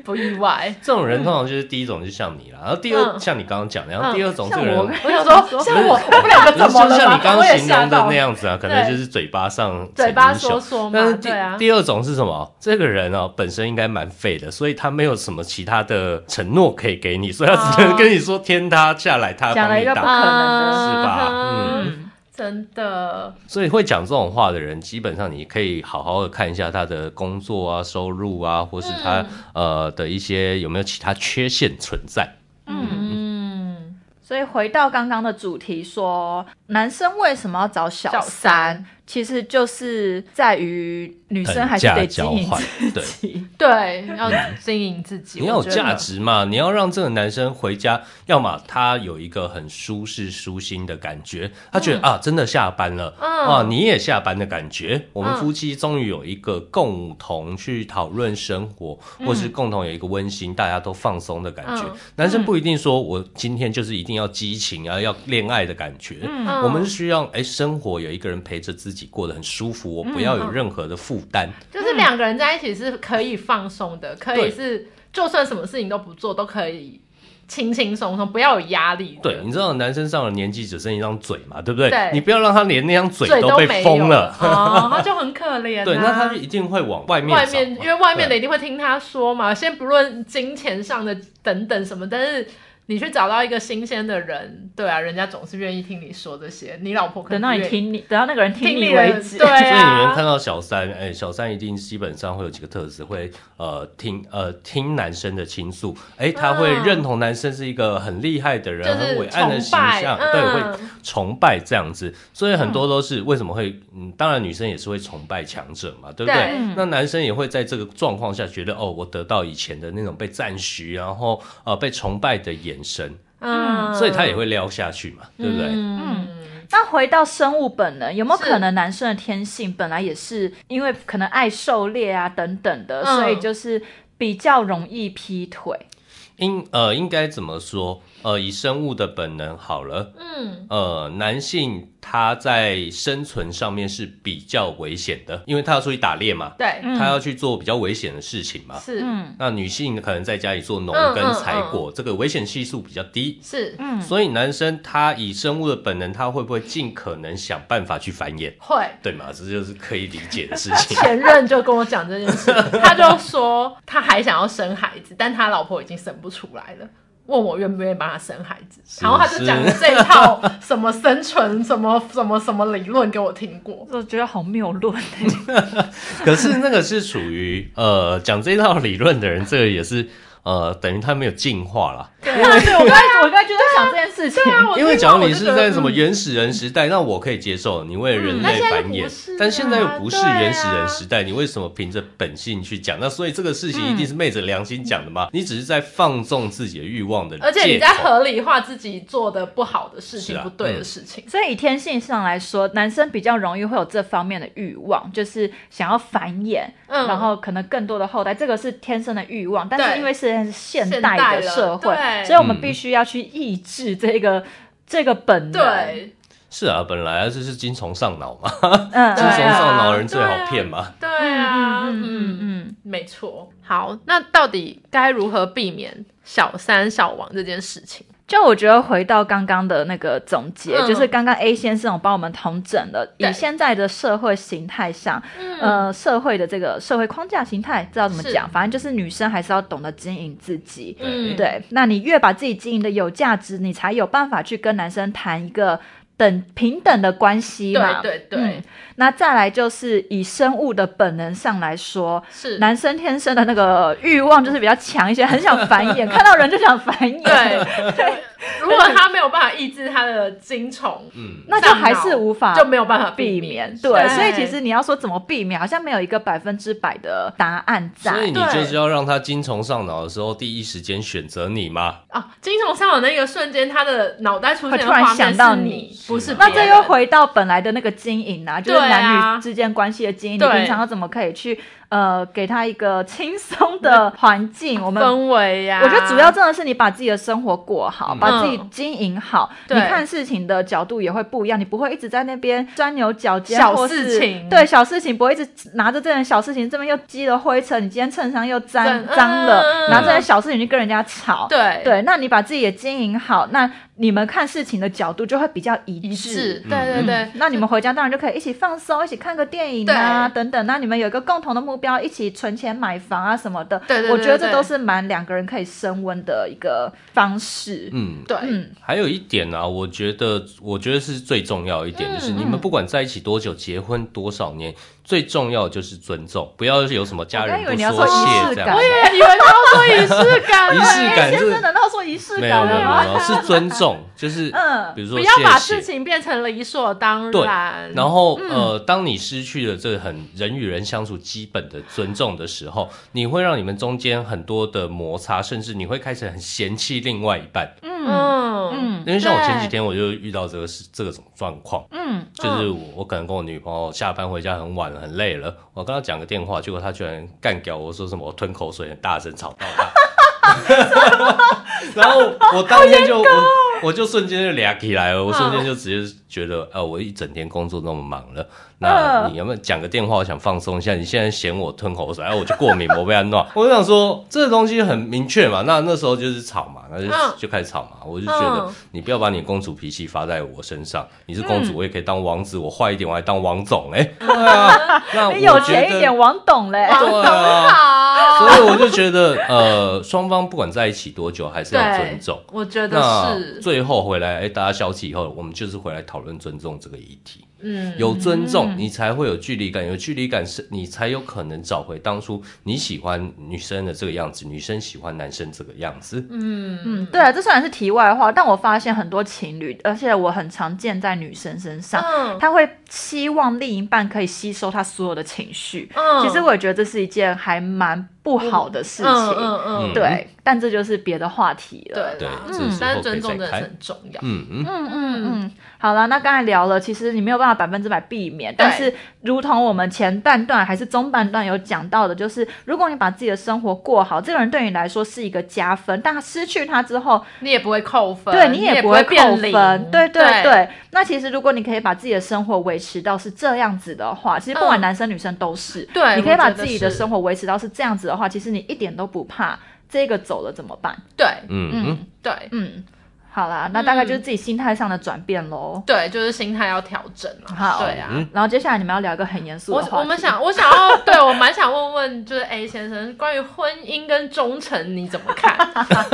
[SPEAKER 2] 不意外
[SPEAKER 3] 这种人通常就是第一种就像你啦，然后第二、
[SPEAKER 2] 嗯
[SPEAKER 3] 像你刚刚讲的，然后
[SPEAKER 2] 嗯
[SPEAKER 3] 第二种这
[SPEAKER 1] 像
[SPEAKER 3] 个人
[SPEAKER 1] 我，
[SPEAKER 2] 我想说， 像我，我们两个
[SPEAKER 3] 不
[SPEAKER 2] 怎
[SPEAKER 3] 是
[SPEAKER 2] 么
[SPEAKER 3] 就
[SPEAKER 2] 了
[SPEAKER 3] 像
[SPEAKER 2] 吗
[SPEAKER 3] 你？刚
[SPEAKER 2] 我
[SPEAKER 3] 刚
[SPEAKER 2] 也
[SPEAKER 3] 形
[SPEAKER 2] 吓
[SPEAKER 3] 容的
[SPEAKER 2] 到
[SPEAKER 3] 那，样子啊，可能就是嘴巴上
[SPEAKER 2] 嘴巴
[SPEAKER 3] 逞英雄
[SPEAKER 2] 说。说
[SPEAKER 3] 但
[SPEAKER 2] 嘛，
[SPEAKER 3] 是第、
[SPEAKER 2] 对啊，
[SPEAKER 3] 第二种是什么？这个人哦，本身应该蛮废的，所以他没有什么其他的承诺可以给你，所以他只
[SPEAKER 2] 哦
[SPEAKER 3] 能跟你说天塌下来，他
[SPEAKER 1] 讲
[SPEAKER 3] 帮
[SPEAKER 1] 了一
[SPEAKER 3] 你
[SPEAKER 1] 个
[SPEAKER 3] 打
[SPEAKER 1] 不可能的
[SPEAKER 3] 是吧
[SPEAKER 2] 嗯
[SPEAKER 3] 嗯
[SPEAKER 1] 嗯，
[SPEAKER 2] 真的，
[SPEAKER 3] 所以会讲这种话的人，基本上你可以好好的看一下他的工作啊、收入啊，或是
[SPEAKER 2] 嗯
[SPEAKER 3] 他、呃的一些有没有其他缺陷存在。
[SPEAKER 2] 嗯，
[SPEAKER 1] 嗯所以回到刚刚的主题说，男生为什么要找小
[SPEAKER 2] 小
[SPEAKER 1] 三？
[SPEAKER 2] 三
[SPEAKER 1] 其实就是在于女生还是
[SPEAKER 3] 等价
[SPEAKER 1] 得经
[SPEAKER 3] 交
[SPEAKER 1] 营
[SPEAKER 3] 换，对
[SPEAKER 1] 自，己。
[SPEAKER 2] 对，要经营自己，
[SPEAKER 3] 你要有
[SPEAKER 2] 我觉得
[SPEAKER 3] 价值嘛，你要让这个男生回家，要么他有一个很舒适舒心的感觉，他觉得、啊，真的下班了、
[SPEAKER 2] 嗯
[SPEAKER 3] 啊，你也下班的感觉，我们
[SPEAKER 2] 嗯
[SPEAKER 3] 夫妻终于有一个共同去讨论生活，或是共同有一个温馨，大家都放松的感觉。
[SPEAKER 2] 嗯
[SPEAKER 3] 男生不一定说我今天就是一定要激情啊，要恋爱的感觉。
[SPEAKER 2] 嗯
[SPEAKER 3] 我们需要哎、生活有一个人陪着自己过得很舒服，我
[SPEAKER 2] 嗯
[SPEAKER 3] 不要有任何的负担。
[SPEAKER 2] 就是两个人在一起是可以放松的，可以
[SPEAKER 3] 嗯对
[SPEAKER 2] 是就算什么事情都不做都可以轻轻松松，不要有压力。
[SPEAKER 3] 对，你知道男生上了年纪只剩一张嘴嘛，对不对？
[SPEAKER 2] 对
[SPEAKER 3] 你不要让他连那张嘴
[SPEAKER 2] 嘴
[SPEAKER 3] 都被
[SPEAKER 2] 没有
[SPEAKER 3] 封
[SPEAKER 2] 了
[SPEAKER 3] 了，，
[SPEAKER 2] 哦，他就很可怜、啊。
[SPEAKER 3] 对，那他就一定会往外面
[SPEAKER 2] 外
[SPEAKER 3] 找
[SPEAKER 2] 面，
[SPEAKER 3] 嘛
[SPEAKER 2] 因为外面的
[SPEAKER 3] 对
[SPEAKER 2] 一定会听他说嘛，先不论金钱上的等等什么，但是你去找到一个新鲜的人，对啊，人家总是愿意听你说这些，你老婆可
[SPEAKER 1] 等
[SPEAKER 2] 能
[SPEAKER 1] 到
[SPEAKER 2] 不
[SPEAKER 1] 你
[SPEAKER 2] 愿
[SPEAKER 1] 听你，等到那个人听
[SPEAKER 2] 听
[SPEAKER 1] 你
[SPEAKER 2] 你的
[SPEAKER 1] 为止。
[SPEAKER 2] 对
[SPEAKER 3] 所以你们看
[SPEAKER 2] 啊，
[SPEAKER 3] 到小三，哎、小三一定基本上会有几个特质，会呃听呃听男生的倾诉，哎、他会
[SPEAKER 2] 嗯
[SPEAKER 3] 认同男生是一个很厉害的人，
[SPEAKER 2] 就是
[SPEAKER 3] 很伟岸的形象，
[SPEAKER 2] 崇拜
[SPEAKER 3] 对，
[SPEAKER 2] 嗯
[SPEAKER 3] 会崇拜这样子。所以很多都是为什么会，嗯，当然女生也是会崇拜强者嘛，对不对？
[SPEAKER 2] 对
[SPEAKER 3] 那男生也会在这个状况下觉得，哦，我得到以前的那种被赞许，然后呃被崇拜的眼神，
[SPEAKER 2] 嗯，
[SPEAKER 3] 所以他也会撩下去嘛，对不对？
[SPEAKER 2] 嗯
[SPEAKER 1] 那回到生物本能，有没有
[SPEAKER 2] 是
[SPEAKER 1] 可能男生的天性本来也是因为可能爱狩猎啊等等的，
[SPEAKER 2] 嗯
[SPEAKER 1] 所以就是比较容易劈腿？
[SPEAKER 3] 应呃应该怎么说？呃，以生物的本能好了，
[SPEAKER 2] 嗯，
[SPEAKER 3] 呃，男性他在生存上面是比较危险的，因为他要出去打猎嘛，
[SPEAKER 2] 对，
[SPEAKER 1] 嗯
[SPEAKER 3] 他要去做比较危险的事情嘛。
[SPEAKER 2] 是
[SPEAKER 1] 嗯
[SPEAKER 3] 那女性可能在家里做农
[SPEAKER 2] 嗯嗯
[SPEAKER 3] 耕采果，这个危险系数比较低。
[SPEAKER 2] 是
[SPEAKER 1] 嗯，
[SPEAKER 3] 所以男生他以生物的本能，他会不会尽可能想办法去繁衍，
[SPEAKER 2] 会。
[SPEAKER 3] 对吗？这就是可以理解的事情。
[SPEAKER 2] 前任就跟我讲这件事，他就说他还想要生孩子，但他老婆已经生不出来了。问我愿不愿意帮他生孩子，
[SPEAKER 3] 是
[SPEAKER 2] 然后他就讲了这一套什么生存什么 什么什么理论给我听过，
[SPEAKER 1] 我觉得好谬论、
[SPEAKER 3] 可是那个是属于呃讲这套理论的人，这个也是呃等于他没有进化啦。
[SPEAKER 1] 对，对我刚才我刚才就在想这件事情。
[SPEAKER 2] 啊对啊，我
[SPEAKER 3] 因为
[SPEAKER 2] 听
[SPEAKER 3] 假
[SPEAKER 2] 完
[SPEAKER 3] 如
[SPEAKER 2] 我
[SPEAKER 3] 你
[SPEAKER 2] 就是觉得
[SPEAKER 3] 在什么
[SPEAKER 2] 嗯
[SPEAKER 3] 原始人时代，那我可以接受你为了人类繁衍，
[SPEAKER 2] 嗯那
[SPEAKER 3] 但
[SPEAKER 2] 现
[SPEAKER 3] 现
[SPEAKER 2] 在
[SPEAKER 3] 在
[SPEAKER 2] 又
[SPEAKER 3] 又
[SPEAKER 2] 不
[SPEAKER 3] 不
[SPEAKER 2] 是
[SPEAKER 3] 是
[SPEAKER 2] 啊嗯
[SPEAKER 3] 原始人时代，你为什么凭着本性去讲？那所以这个事情一定是昧着良心讲的嘛？你只是在放纵自己的欲望的借口，
[SPEAKER 2] 而且你在合理化自己做的不好的事
[SPEAKER 3] 是
[SPEAKER 2] 情、
[SPEAKER 3] 啊
[SPEAKER 2] 不对的事情，
[SPEAKER 1] 所以以天性上来说，男生比较容易会有这方面的欲望，就是想要繁衍，
[SPEAKER 2] 嗯
[SPEAKER 1] 然后可能更多的后代，这个是天生的欲望。但
[SPEAKER 2] 对
[SPEAKER 1] 是因为是现
[SPEAKER 2] 现代
[SPEAKER 1] 代
[SPEAKER 2] 了
[SPEAKER 1] 的社会
[SPEAKER 2] 对，
[SPEAKER 1] 所以我们
[SPEAKER 3] 嗯
[SPEAKER 1] 必须要去抑制这个这个本能。，
[SPEAKER 2] 对
[SPEAKER 3] 是啊，本来这是精虫上脑嘛，
[SPEAKER 1] 嗯，
[SPEAKER 3] 精
[SPEAKER 2] 对啊
[SPEAKER 3] 虫上脑人最好骗嘛。
[SPEAKER 2] 对啊，
[SPEAKER 1] 嗯嗯
[SPEAKER 2] 嗯
[SPEAKER 1] 嗯
[SPEAKER 2] 没错。好，那到底该如何避免小三小王这件事情？
[SPEAKER 1] 就我觉得回到刚刚的那个总结，
[SPEAKER 2] 嗯
[SPEAKER 1] 就是刚刚 A 先生有帮我们统整了，
[SPEAKER 2] 对
[SPEAKER 1] 以现在的社会形态上，
[SPEAKER 2] 嗯
[SPEAKER 1] 呃，社会的这个社会框架形态，知道怎么
[SPEAKER 2] 是
[SPEAKER 1] 讲，反正就是女生还是要懂得经营自己。
[SPEAKER 2] 嗯
[SPEAKER 1] 对，那你越把自己经营的有价值，你才有办法去跟男生谈一个等平等的关系嘛。
[SPEAKER 2] 对对
[SPEAKER 1] 嗯
[SPEAKER 2] 对，
[SPEAKER 1] 那再来就是以生物的本能上来说，
[SPEAKER 2] 是
[SPEAKER 1] 男生天生的那个欲望就是比较强一些，很想繁 衍，看到人就想繁衍。
[SPEAKER 2] 对对，如果他没有办法抑制他的精虫，
[SPEAKER 3] 嗯，
[SPEAKER 1] 那就还是无法
[SPEAKER 2] 就没有办法
[SPEAKER 1] 避
[SPEAKER 2] 免
[SPEAKER 1] 免。。对，所以其实你要说怎么避免，好像没有一个百分之百的答案
[SPEAKER 3] 所以
[SPEAKER 1] 在。
[SPEAKER 3] 你
[SPEAKER 2] 对
[SPEAKER 3] 就是要让他精虫上脑的时候，第一时间选择你嘛。
[SPEAKER 2] 啊，精虫上脑那个瞬间，他的脑袋出现的
[SPEAKER 1] 会突然
[SPEAKER 2] 画面
[SPEAKER 1] 想到
[SPEAKER 2] 是
[SPEAKER 1] 你
[SPEAKER 2] 你，不是
[SPEAKER 1] 那
[SPEAKER 2] 别
[SPEAKER 1] 这
[SPEAKER 2] 人
[SPEAKER 1] 又回到本来的那个经营啊，就是
[SPEAKER 2] 对啊
[SPEAKER 1] 男女之间关系的经营。你
[SPEAKER 2] 对
[SPEAKER 1] 平常要怎么可以去呃给他一个轻松的环境？我们
[SPEAKER 2] 氛围呀、
[SPEAKER 1] 我觉得主要真的是你把自己的生活过好，
[SPEAKER 3] 嗯
[SPEAKER 1] 把自己经营好，
[SPEAKER 2] 对
[SPEAKER 1] 你看事情的角度也会不一样，你不会一直在那边钻牛角尖，
[SPEAKER 2] 小
[SPEAKER 1] 或是
[SPEAKER 2] 事情
[SPEAKER 1] 对小事情不会一直拿着这件小事情，这边又积了灰尘，你今天衬衫又脏
[SPEAKER 2] 脏
[SPEAKER 1] 脏了，
[SPEAKER 2] 嗯
[SPEAKER 1] 拿这些小事情去跟人家吵，
[SPEAKER 2] 对
[SPEAKER 1] 对，那你把自己也经营好，那你们看事情的角度就会比较一
[SPEAKER 2] 一致
[SPEAKER 3] 嗯
[SPEAKER 1] 致。，嗯
[SPEAKER 2] 对对对。
[SPEAKER 1] 那你们回家当然就可以一起放松，一起看个电影啊，等等。那你们有一个共同的目标，一起存钱买房啊什么的。
[SPEAKER 2] 对对对
[SPEAKER 1] 我觉得这
[SPEAKER 2] 对
[SPEAKER 1] 都是蛮两个人可以升温的一个方式。
[SPEAKER 3] 嗯，
[SPEAKER 2] 对，
[SPEAKER 1] 嗯，
[SPEAKER 3] 还有一点呢、啊，我觉得，我觉得是最重要一点，
[SPEAKER 1] 嗯
[SPEAKER 3] 就是你们不管在一起多久，结婚多少年，最重要就是尊重，不要有什么家人
[SPEAKER 1] 我刚以为
[SPEAKER 3] 不
[SPEAKER 1] 你要
[SPEAKER 3] 说
[SPEAKER 1] 说仪
[SPEAKER 3] 谢
[SPEAKER 1] 式
[SPEAKER 3] 这
[SPEAKER 1] 感
[SPEAKER 3] 样
[SPEAKER 2] 我
[SPEAKER 3] 子。
[SPEAKER 2] 也以为他要说仪式感
[SPEAKER 3] 仪式
[SPEAKER 2] 嘞，
[SPEAKER 3] 感
[SPEAKER 1] 哎先
[SPEAKER 3] 是
[SPEAKER 1] 生难道说仪式
[SPEAKER 3] 没有
[SPEAKER 1] 感
[SPEAKER 3] 没有
[SPEAKER 1] 了
[SPEAKER 3] 没
[SPEAKER 1] 吗？
[SPEAKER 3] 有，是尊重，就是
[SPEAKER 1] 嗯
[SPEAKER 3] 比如说
[SPEAKER 2] 不要把
[SPEAKER 3] 谢
[SPEAKER 2] 事
[SPEAKER 3] 谢。
[SPEAKER 2] 情变成理所当
[SPEAKER 3] 对
[SPEAKER 2] 然。
[SPEAKER 3] 然后、呃，当你失去了这很人与人相处基本的尊重的时候，你会让你们中间很多的摩擦，甚至你会开始很嫌弃另外一半。
[SPEAKER 2] 嗯
[SPEAKER 1] 嗯
[SPEAKER 3] 因为像我
[SPEAKER 2] 对
[SPEAKER 3] 前几天我就遇到这个事这种状况，
[SPEAKER 1] 嗯，
[SPEAKER 3] 就是我我可能跟我女朋友下班回家很晚很累了，我跟她讲个电话，结果她居然干掉我说什么我吞口水很大声吵到 她。然后我当天就我
[SPEAKER 1] 哦
[SPEAKER 3] 我就瞬间就俩起来了，我瞬
[SPEAKER 1] 嗯
[SPEAKER 3] 间就直接觉得，呃，我一整天工作那么忙了，那
[SPEAKER 1] 嗯
[SPEAKER 3] 你有没有讲个电话？我想放松一下。你现在嫌我吞口水，哎，我就过敏，我被他弄。 我就想说，这个东西很明确嘛，那那时候就是吵嘛，那就、
[SPEAKER 2] 嗯
[SPEAKER 3] 就开始吵嘛。我就觉得、
[SPEAKER 2] 嗯
[SPEAKER 3] 你不要把你公主脾气发在我身上，你是公主，我也可以当王子，我坏一点我还当王总哎、对啊， 那我
[SPEAKER 1] 你有
[SPEAKER 3] 觉得
[SPEAKER 1] 钱一点，王董嘞。
[SPEAKER 3] 对啊。
[SPEAKER 2] 好，
[SPEAKER 3] 所以我就觉得，呃，双方不管在一起多久，还是要
[SPEAKER 2] 对
[SPEAKER 3] 尊重。，
[SPEAKER 2] 我觉
[SPEAKER 3] 那
[SPEAKER 2] 得是，
[SPEAKER 3] 最后回来，哎、大家消气以后，我们就是回来讨论尊重这个议题。
[SPEAKER 2] 嗯，
[SPEAKER 3] 有尊重，你才会有距离感，有距离感是你才有可能找回当初你喜欢女生的这个样子，女生喜欢男生这个样子。
[SPEAKER 1] 嗯，对啊，这虽然是题外话，但我发现很多情侣，而且我很常见在女生身上，
[SPEAKER 2] 嗯
[SPEAKER 1] 她会希望另一半可以吸收她所有的情绪。
[SPEAKER 2] 嗯
[SPEAKER 1] 其实我也觉得这是一件还蛮不好的事情。
[SPEAKER 2] 嗯嗯嗯，
[SPEAKER 1] 对，但这就是别的话题了。
[SPEAKER 2] 对
[SPEAKER 3] 对
[SPEAKER 2] 啦嗯
[SPEAKER 3] 这个时候
[SPEAKER 2] 但
[SPEAKER 3] 可以
[SPEAKER 2] 是尊重
[SPEAKER 3] 再
[SPEAKER 2] 真的是
[SPEAKER 3] 开
[SPEAKER 2] 很重要。
[SPEAKER 3] 嗯嗯，
[SPEAKER 1] 嗯嗯嗯，好了，那刚才聊了，其实你没有办法百分之百避免，但是如同我们前半段还是中半段有讲到的，就是如果你把自己的生活过好，这个人对你来说是一个加分，但他失去他之后，
[SPEAKER 2] 你也不会扣分，
[SPEAKER 1] 对
[SPEAKER 2] 你
[SPEAKER 1] 你也
[SPEAKER 2] 不
[SPEAKER 1] 不会扣
[SPEAKER 2] 变零
[SPEAKER 1] 分，对
[SPEAKER 2] 对
[SPEAKER 1] 对。那其实如果你可以把自己的生活维持到是这样子的话，其实不管
[SPEAKER 2] 嗯
[SPEAKER 1] 男生女生都是，
[SPEAKER 2] 对
[SPEAKER 1] 你可以
[SPEAKER 2] 我
[SPEAKER 1] 把
[SPEAKER 2] 觉得
[SPEAKER 1] 自己的
[SPEAKER 2] 是
[SPEAKER 1] 生活维持到是这样子的话，其实你一点都不怕这个走了怎么办？
[SPEAKER 2] 对
[SPEAKER 3] 嗯嗯
[SPEAKER 1] 嗯
[SPEAKER 2] 对
[SPEAKER 1] 嗯，好啦，那大概
[SPEAKER 2] 嗯
[SPEAKER 1] 就是自己心态上的转变喽。
[SPEAKER 2] 对，就是心态要调整了。
[SPEAKER 1] 好
[SPEAKER 2] 对啊。
[SPEAKER 3] 嗯
[SPEAKER 1] 然后接下来你们要聊一个很严肃
[SPEAKER 2] 我
[SPEAKER 1] 的话
[SPEAKER 2] 我们想，我想要，对我蛮想问问，就是 A 先生关于婚姻跟忠诚你怎么 看？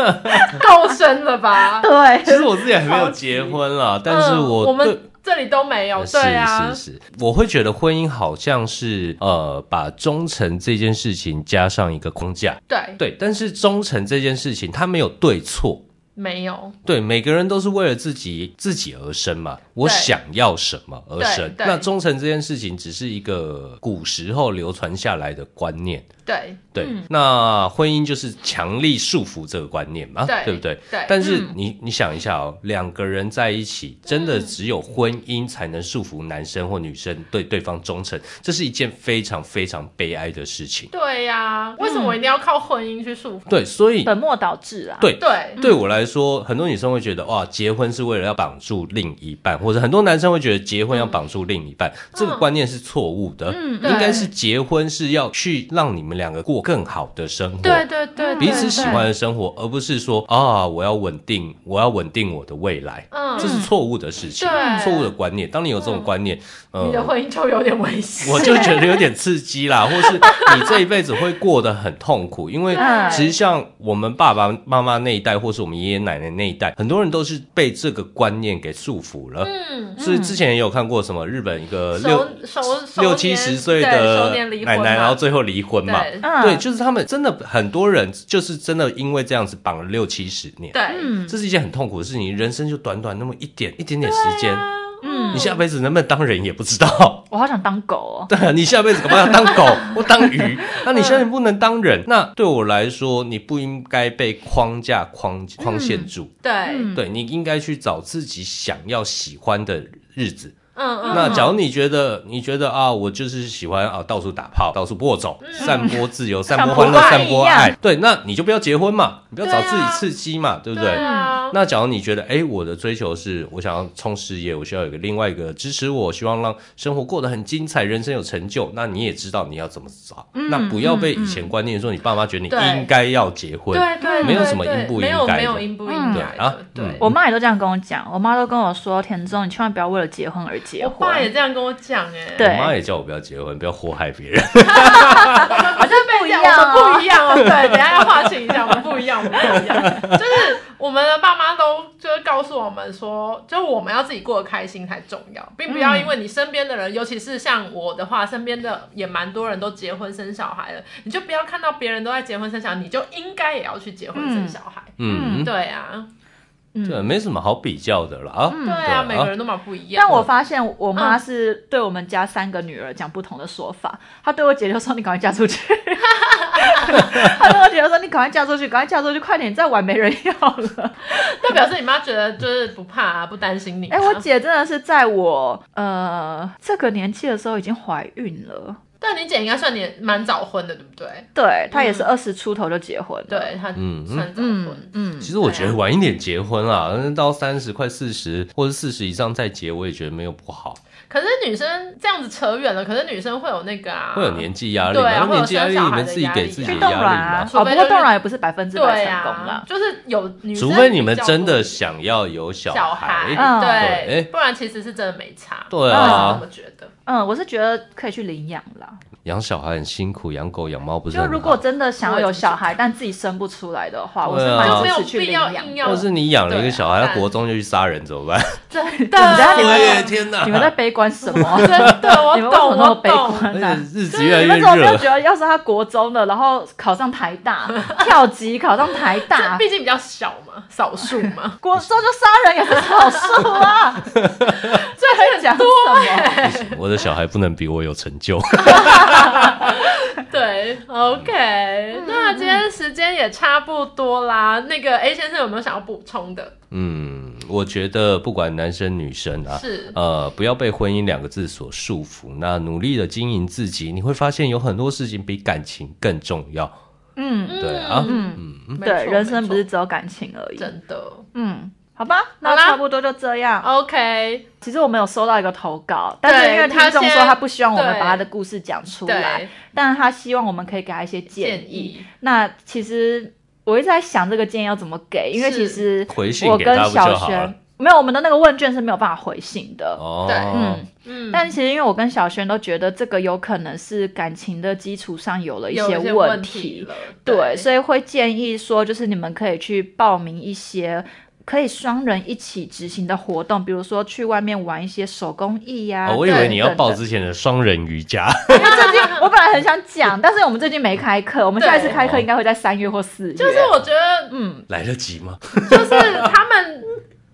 [SPEAKER 2] 够深了吧？
[SPEAKER 1] 对，
[SPEAKER 3] 其实我自己还没有结 婚啦，但是
[SPEAKER 2] 嗯
[SPEAKER 3] 我
[SPEAKER 2] 我
[SPEAKER 3] 对
[SPEAKER 2] 们这里都没有，
[SPEAKER 3] 是
[SPEAKER 2] 对啊
[SPEAKER 3] 是，是，我会觉得婚姻好像是呃，把忠诚这件事情加上一个框架，
[SPEAKER 2] 对，
[SPEAKER 3] 对，但是忠诚这件事情它没有对错，
[SPEAKER 2] 没有，
[SPEAKER 3] 对，每个人都是为了自己自己而生嘛，我想要什么而生。
[SPEAKER 2] 对对
[SPEAKER 3] 那忠诚这件事情只是一个古时候流传下来的观念，
[SPEAKER 2] 对
[SPEAKER 3] 对。那婚姻就是强力束缚这个观念嘛，
[SPEAKER 2] 对
[SPEAKER 3] 不对？
[SPEAKER 2] 对
[SPEAKER 3] 但是你、你想一下哦，两个人在一起，真的只有婚姻才能束缚男生或女生对对方忠诚，这是一件非常非常悲哀的事情。
[SPEAKER 2] 对呀、为什么我一定要靠婚姻去束缚？
[SPEAKER 3] 对，所以
[SPEAKER 1] 本末倒置啊。
[SPEAKER 3] 对
[SPEAKER 2] 对
[SPEAKER 3] 对我来说，很多女生会觉得哇，结婚是为了要绑住另一半，或或者很多男生会觉得结婚要绑住另一半，这个观念是错误的。
[SPEAKER 1] 嗯
[SPEAKER 2] 对
[SPEAKER 3] 应该是结婚是要去让你们两个过更好的生活。
[SPEAKER 2] 对对对，对
[SPEAKER 3] 彼此喜欢，的生活，而不是说啊，我要稳定，我要稳定我的未来，
[SPEAKER 2] 嗯
[SPEAKER 3] 这是错误的事情
[SPEAKER 2] 对，嗯
[SPEAKER 3] 错误的观念。当你有这种观念，
[SPEAKER 2] 你的
[SPEAKER 3] 呃，
[SPEAKER 2] 婚姻就有点危险。
[SPEAKER 3] 我就觉得有点刺激啦， 或是你这一辈子会过得很痛苦，因为
[SPEAKER 1] 对
[SPEAKER 3] 其实像我们爸爸妈妈那一代，或是我们爷爷奶奶那一代，很多人都是被这个观念给束缚了。
[SPEAKER 2] 嗯，
[SPEAKER 3] 所以之前也有看过什么日本一个呃六
[SPEAKER 2] 熟熟熟
[SPEAKER 3] 六
[SPEAKER 2] 年
[SPEAKER 3] 七十岁
[SPEAKER 2] 对熟
[SPEAKER 3] 的
[SPEAKER 2] 年离婚
[SPEAKER 3] 奶奶，
[SPEAKER 2] 嘛
[SPEAKER 3] 然后最后离婚嘛，
[SPEAKER 2] 对
[SPEAKER 1] 嗯
[SPEAKER 3] 对，就是他们真的很多人就是真的因为这样子绑了六七十年，
[SPEAKER 2] 对，
[SPEAKER 1] 嗯
[SPEAKER 3] 这是一件很痛苦的事情。人生就短短那么一点一点点时间，
[SPEAKER 2] 啊
[SPEAKER 1] 嗯
[SPEAKER 3] 你，下辈子能不能当人也不知道。
[SPEAKER 1] 我好想当狗哦。
[SPEAKER 3] 对，啊你下辈子可能要当狗或当
[SPEAKER 1] 嗯
[SPEAKER 3] 鱼，那你现在不能当人。那对我来说，你不应该被框架框框限住，
[SPEAKER 2] 对，
[SPEAKER 1] 嗯
[SPEAKER 2] 嗯
[SPEAKER 3] 对你应该去找自己想要喜欢的日子。
[SPEAKER 2] 嗯
[SPEAKER 3] 那假如你觉得你觉得啊，我就是喜欢啊到处打炮，到处播种，散播自 由，散播欢乐，
[SPEAKER 1] 像
[SPEAKER 3] 嗯散
[SPEAKER 1] 国
[SPEAKER 3] 播
[SPEAKER 1] 外一样
[SPEAKER 3] 爱，对，那你就不要结婚嘛，你不要找自
[SPEAKER 2] 对
[SPEAKER 3] 己
[SPEAKER 2] 啊
[SPEAKER 3] 刺激嘛，对不对？嗯
[SPEAKER 2] 对啊，
[SPEAKER 3] 那假如你觉得，哎，我的追求是我想要冲事业，我需要有一个另外一个支持我，希望让生活过得很精彩，人生有成就，那你也知道你要怎么找，那不要被以前观念说你爸妈觉得你
[SPEAKER 2] 对
[SPEAKER 3] 应该要结婚，
[SPEAKER 2] 对对，
[SPEAKER 3] 没有什么
[SPEAKER 2] 对
[SPEAKER 3] 应不
[SPEAKER 2] 没
[SPEAKER 3] 应
[SPEAKER 2] 有
[SPEAKER 3] 该
[SPEAKER 2] 没有
[SPEAKER 3] 的
[SPEAKER 2] 应不
[SPEAKER 1] 嗯
[SPEAKER 2] 应该
[SPEAKER 3] 对啊
[SPEAKER 2] 的，对
[SPEAKER 3] 嗯。
[SPEAKER 1] 我妈也都这样跟我讲，我妈都跟我说：“田中，你千万不要为了结婚而结
[SPEAKER 2] 我
[SPEAKER 1] 婚。
[SPEAKER 2] 爸也这样跟我讲哎、欸，
[SPEAKER 1] 对
[SPEAKER 3] 我妈也叫我不要结婚，不要祸害别人。
[SPEAKER 2] 好像被讲
[SPEAKER 1] 不一样哦
[SPEAKER 2] 我们不一样哦。 对，等一下要划清 一下，我们不一样，我们不一样。就是我们的爸妈都就是告诉我们说，就我们要自己过得开心才重要，并不要因为你身边的人，尤其是像我的话，身边的也蛮多人都结婚生小孩了，你就不要看到别人都在结婚生小孩，你就应该也要去结婚生小孩。
[SPEAKER 3] 嗯，
[SPEAKER 2] 对啊，
[SPEAKER 3] 对，没什么好比较的了啊。
[SPEAKER 2] 对啊，每个人都蛮不一样。
[SPEAKER 1] 但我发现我
[SPEAKER 2] 嗯
[SPEAKER 1] 妈是对我们家三个女儿讲不同的说法。她对我姐就说：“你赶快嫁出 去。”她对我姐就说：“你赶快嫁出去，赶快嫁出去，快点，你再晚没人要 了。
[SPEAKER 2] 那表示你妈觉得就是不怕啊，不担心你”啊。
[SPEAKER 1] 哎，我姐真的是在我呃这个年纪的时候已经怀孕了。
[SPEAKER 2] 但你姐应该算你蛮早婚的，对不对？
[SPEAKER 1] 对她也是
[SPEAKER 2] 嗯
[SPEAKER 1] 二十出头就结婚了。
[SPEAKER 2] 对，她
[SPEAKER 3] 嗯
[SPEAKER 2] 算早婚。
[SPEAKER 1] 嗯嗯，
[SPEAKER 3] 其实我觉
[SPEAKER 2] 对
[SPEAKER 3] 得
[SPEAKER 2] 啊
[SPEAKER 3] 晚一点结婚啊，但是到三十快四十或者四十以上再结，我也觉得没有不好，
[SPEAKER 2] 可是女生这样子扯远了，可是女生会有那个啊，
[SPEAKER 3] 会有年纪压力
[SPEAKER 2] 对
[SPEAKER 3] 嘛，
[SPEAKER 2] 啊
[SPEAKER 3] 那年纪压
[SPEAKER 2] 会
[SPEAKER 3] 力
[SPEAKER 2] 有生小
[SPEAKER 3] 你
[SPEAKER 2] 孩
[SPEAKER 3] 们
[SPEAKER 2] 的
[SPEAKER 3] 自己
[SPEAKER 2] 压
[SPEAKER 3] 给
[SPEAKER 2] 力
[SPEAKER 3] 自
[SPEAKER 2] 啊
[SPEAKER 3] 己
[SPEAKER 1] 去
[SPEAKER 3] 的
[SPEAKER 1] 冻
[SPEAKER 3] 压
[SPEAKER 1] 卵
[SPEAKER 3] 力
[SPEAKER 1] 啊
[SPEAKER 3] 啦。，
[SPEAKER 2] 除
[SPEAKER 1] 哦，不
[SPEAKER 2] 非就
[SPEAKER 1] 过
[SPEAKER 2] 是
[SPEAKER 1] 冻卵也不是百分之百
[SPEAKER 2] 对
[SPEAKER 1] 成功
[SPEAKER 2] 啊
[SPEAKER 1] 啦，。
[SPEAKER 2] 就是有女生
[SPEAKER 3] 除非你们
[SPEAKER 2] 比较
[SPEAKER 3] 真的
[SPEAKER 2] 多
[SPEAKER 3] 想要有小
[SPEAKER 2] 小
[SPEAKER 3] 孩，哎
[SPEAKER 1] 嗯
[SPEAKER 2] 对，
[SPEAKER 3] 对
[SPEAKER 2] 不然其实是真的没差。
[SPEAKER 3] 对
[SPEAKER 2] 我是这
[SPEAKER 3] 啊，
[SPEAKER 2] 么觉得。
[SPEAKER 1] 嗯，我是觉得可以去领养啦。
[SPEAKER 3] 养小孩很辛苦，养狗养猫不是
[SPEAKER 1] 就
[SPEAKER 3] 很好。
[SPEAKER 1] 如果真的想要有小孩，但自己生不出来的话，我是
[SPEAKER 3] 对啊
[SPEAKER 1] 蛮
[SPEAKER 2] 就没
[SPEAKER 1] 支
[SPEAKER 2] 有
[SPEAKER 1] 持去
[SPEAKER 2] 必
[SPEAKER 1] 领
[SPEAKER 2] 要
[SPEAKER 1] 养
[SPEAKER 2] 硬
[SPEAKER 1] 的。
[SPEAKER 2] 要
[SPEAKER 3] 嗯或是你养了一个小孩，
[SPEAKER 2] 对啊
[SPEAKER 3] 他国中就去杀人怎么办？
[SPEAKER 2] 真
[SPEAKER 1] 等下
[SPEAKER 2] 的，
[SPEAKER 1] 你们
[SPEAKER 3] 哎呀天哪！
[SPEAKER 1] 啊你们在悲观什么？
[SPEAKER 2] 真的，我
[SPEAKER 1] 你们为什么
[SPEAKER 2] 懂，
[SPEAKER 1] 那
[SPEAKER 2] 啊
[SPEAKER 1] 么
[SPEAKER 2] 我
[SPEAKER 1] 悲
[SPEAKER 2] 懂。
[SPEAKER 1] 观呢、
[SPEAKER 3] 而且
[SPEAKER 1] 啊？
[SPEAKER 3] 哎日子越来
[SPEAKER 1] 你们
[SPEAKER 3] 越
[SPEAKER 1] 怎么没有
[SPEAKER 3] 热
[SPEAKER 1] 觉，得，要是他国中的，然后考上台 大，跳级考上台
[SPEAKER 2] 这
[SPEAKER 1] 大，，
[SPEAKER 2] 毕竟比较小嘛，少数嘛
[SPEAKER 1] 国中就杀人也是少数 啊？
[SPEAKER 2] 所以
[SPEAKER 1] 在讲什
[SPEAKER 2] 欸
[SPEAKER 1] 么？
[SPEAKER 3] 我的小孩不能比我有成就。
[SPEAKER 2] 对，OK，、那
[SPEAKER 1] 嗯
[SPEAKER 2] 今天时间也差不多啦。那个 A 先生有没有想要补充的？
[SPEAKER 3] 嗯，我觉得不管男生女生啊，
[SPEAKER 2] 是，
[SPEAKER 3] 呃，不要被婚姻两个字所束缚，那努力的经营自己，你会发现有很多事情比感情更重要。
[SPEAKER 1] 嗯，
[SPEAKER 3] 对啊，
[SPEAKER 1] 嗯
[SPEAKER 2] 没错
[SPEAKER 1] 对，人生不是
[SPEAKER 2] 没
[SPEAKER 1] 只有感情而
[SPEAKER 2] 错
[SPEAKER 1] 已。
[SPEAKER 2] 真的。
[SPEAKER 1] 嗯，好吧，那
[SPEAKER 2] 好哦啦
[SPEAKER 1] 差不多就这样。
[SPEAKER 2] OK，
[SPEAKER 1] 其实我们有收到一个投稿，但是因为听
[SPEAKER 2] 他
[SPEAKER 1] 众
[SPEAKER 2] 先
[SPEAKER 1] 说他不希望我们
[SPEAKER 2] 对
[SPEAKER 1] 把他的故事讲出来
[SPEAKER 2] 对，，
[SPEAKER 1] 但是他希望我们可以给他一些建
[SPEAKER 2] 建
[SPEAKER 1] 议。
[SPEAKER 2] 议
[SPEAKER 1] 那其实我一直在想这个建议要怎么给，因为
[SPEAKER 2] 是
[SPEAKER 1] 其实
[SPEAKER 3] 回信
[SPEAKER 1] 我
[SPEAKER 3] 给
[SPEAKER 1] 跟
[SPEAKER 3] 他不就
[SPEAKER 1] 小
[SPEAKER 3] 好
[SPEAKER 1] 轩
[SPEAKER 3] 了？
[SPEAKER 1] 没有我们的那个问卷是没有办法回信的。
[SPEAKER 3] 哦，
[SPEAKER 2] 对
[SPEAKER 1] 嗯，
[SPEAKER 2] 嗯，
[SPEAKER 1] 但其实因为我跟小轩都觉得这个有可能是感情的基础上有了一
[SPEAKER 2] 有
[SPEAKER 1] 问
[SPEAKER 2] 问了，
[SPEAKER 1] 对，所
[SPEAKER 2] 以
[SPEAKER 1] 以会建议说，就是你们可以去报名一些可以双人一起执行的活动，比如说去外面玩一些手工艺呀、
[SPEAKER 3] 哦我以为
[SPEAKER 1] 对
[SPEAKER 3] 你要
[SPEAKER 1] 等
[SPEAKER 3] 报
[SPEAKER 1] 等
[SPEAKER 3] 之前的双人瑜伽，
[SPEAKER 1] 因为最近我本来很想讲，但是我们最近没开课，我们
[SPEAKER 2] 对
[SPEAKER 1] 下一次
[SPEAKER 3] 哦
[SPEAKER 1] 开课应该会在三月或四月。
[SPEAKER 2] 就是我觉得，
[SPEAKER 1] 嗯，
[SPEAKER 3] 来得及吗？
[SPEAKER 2] 就是他们。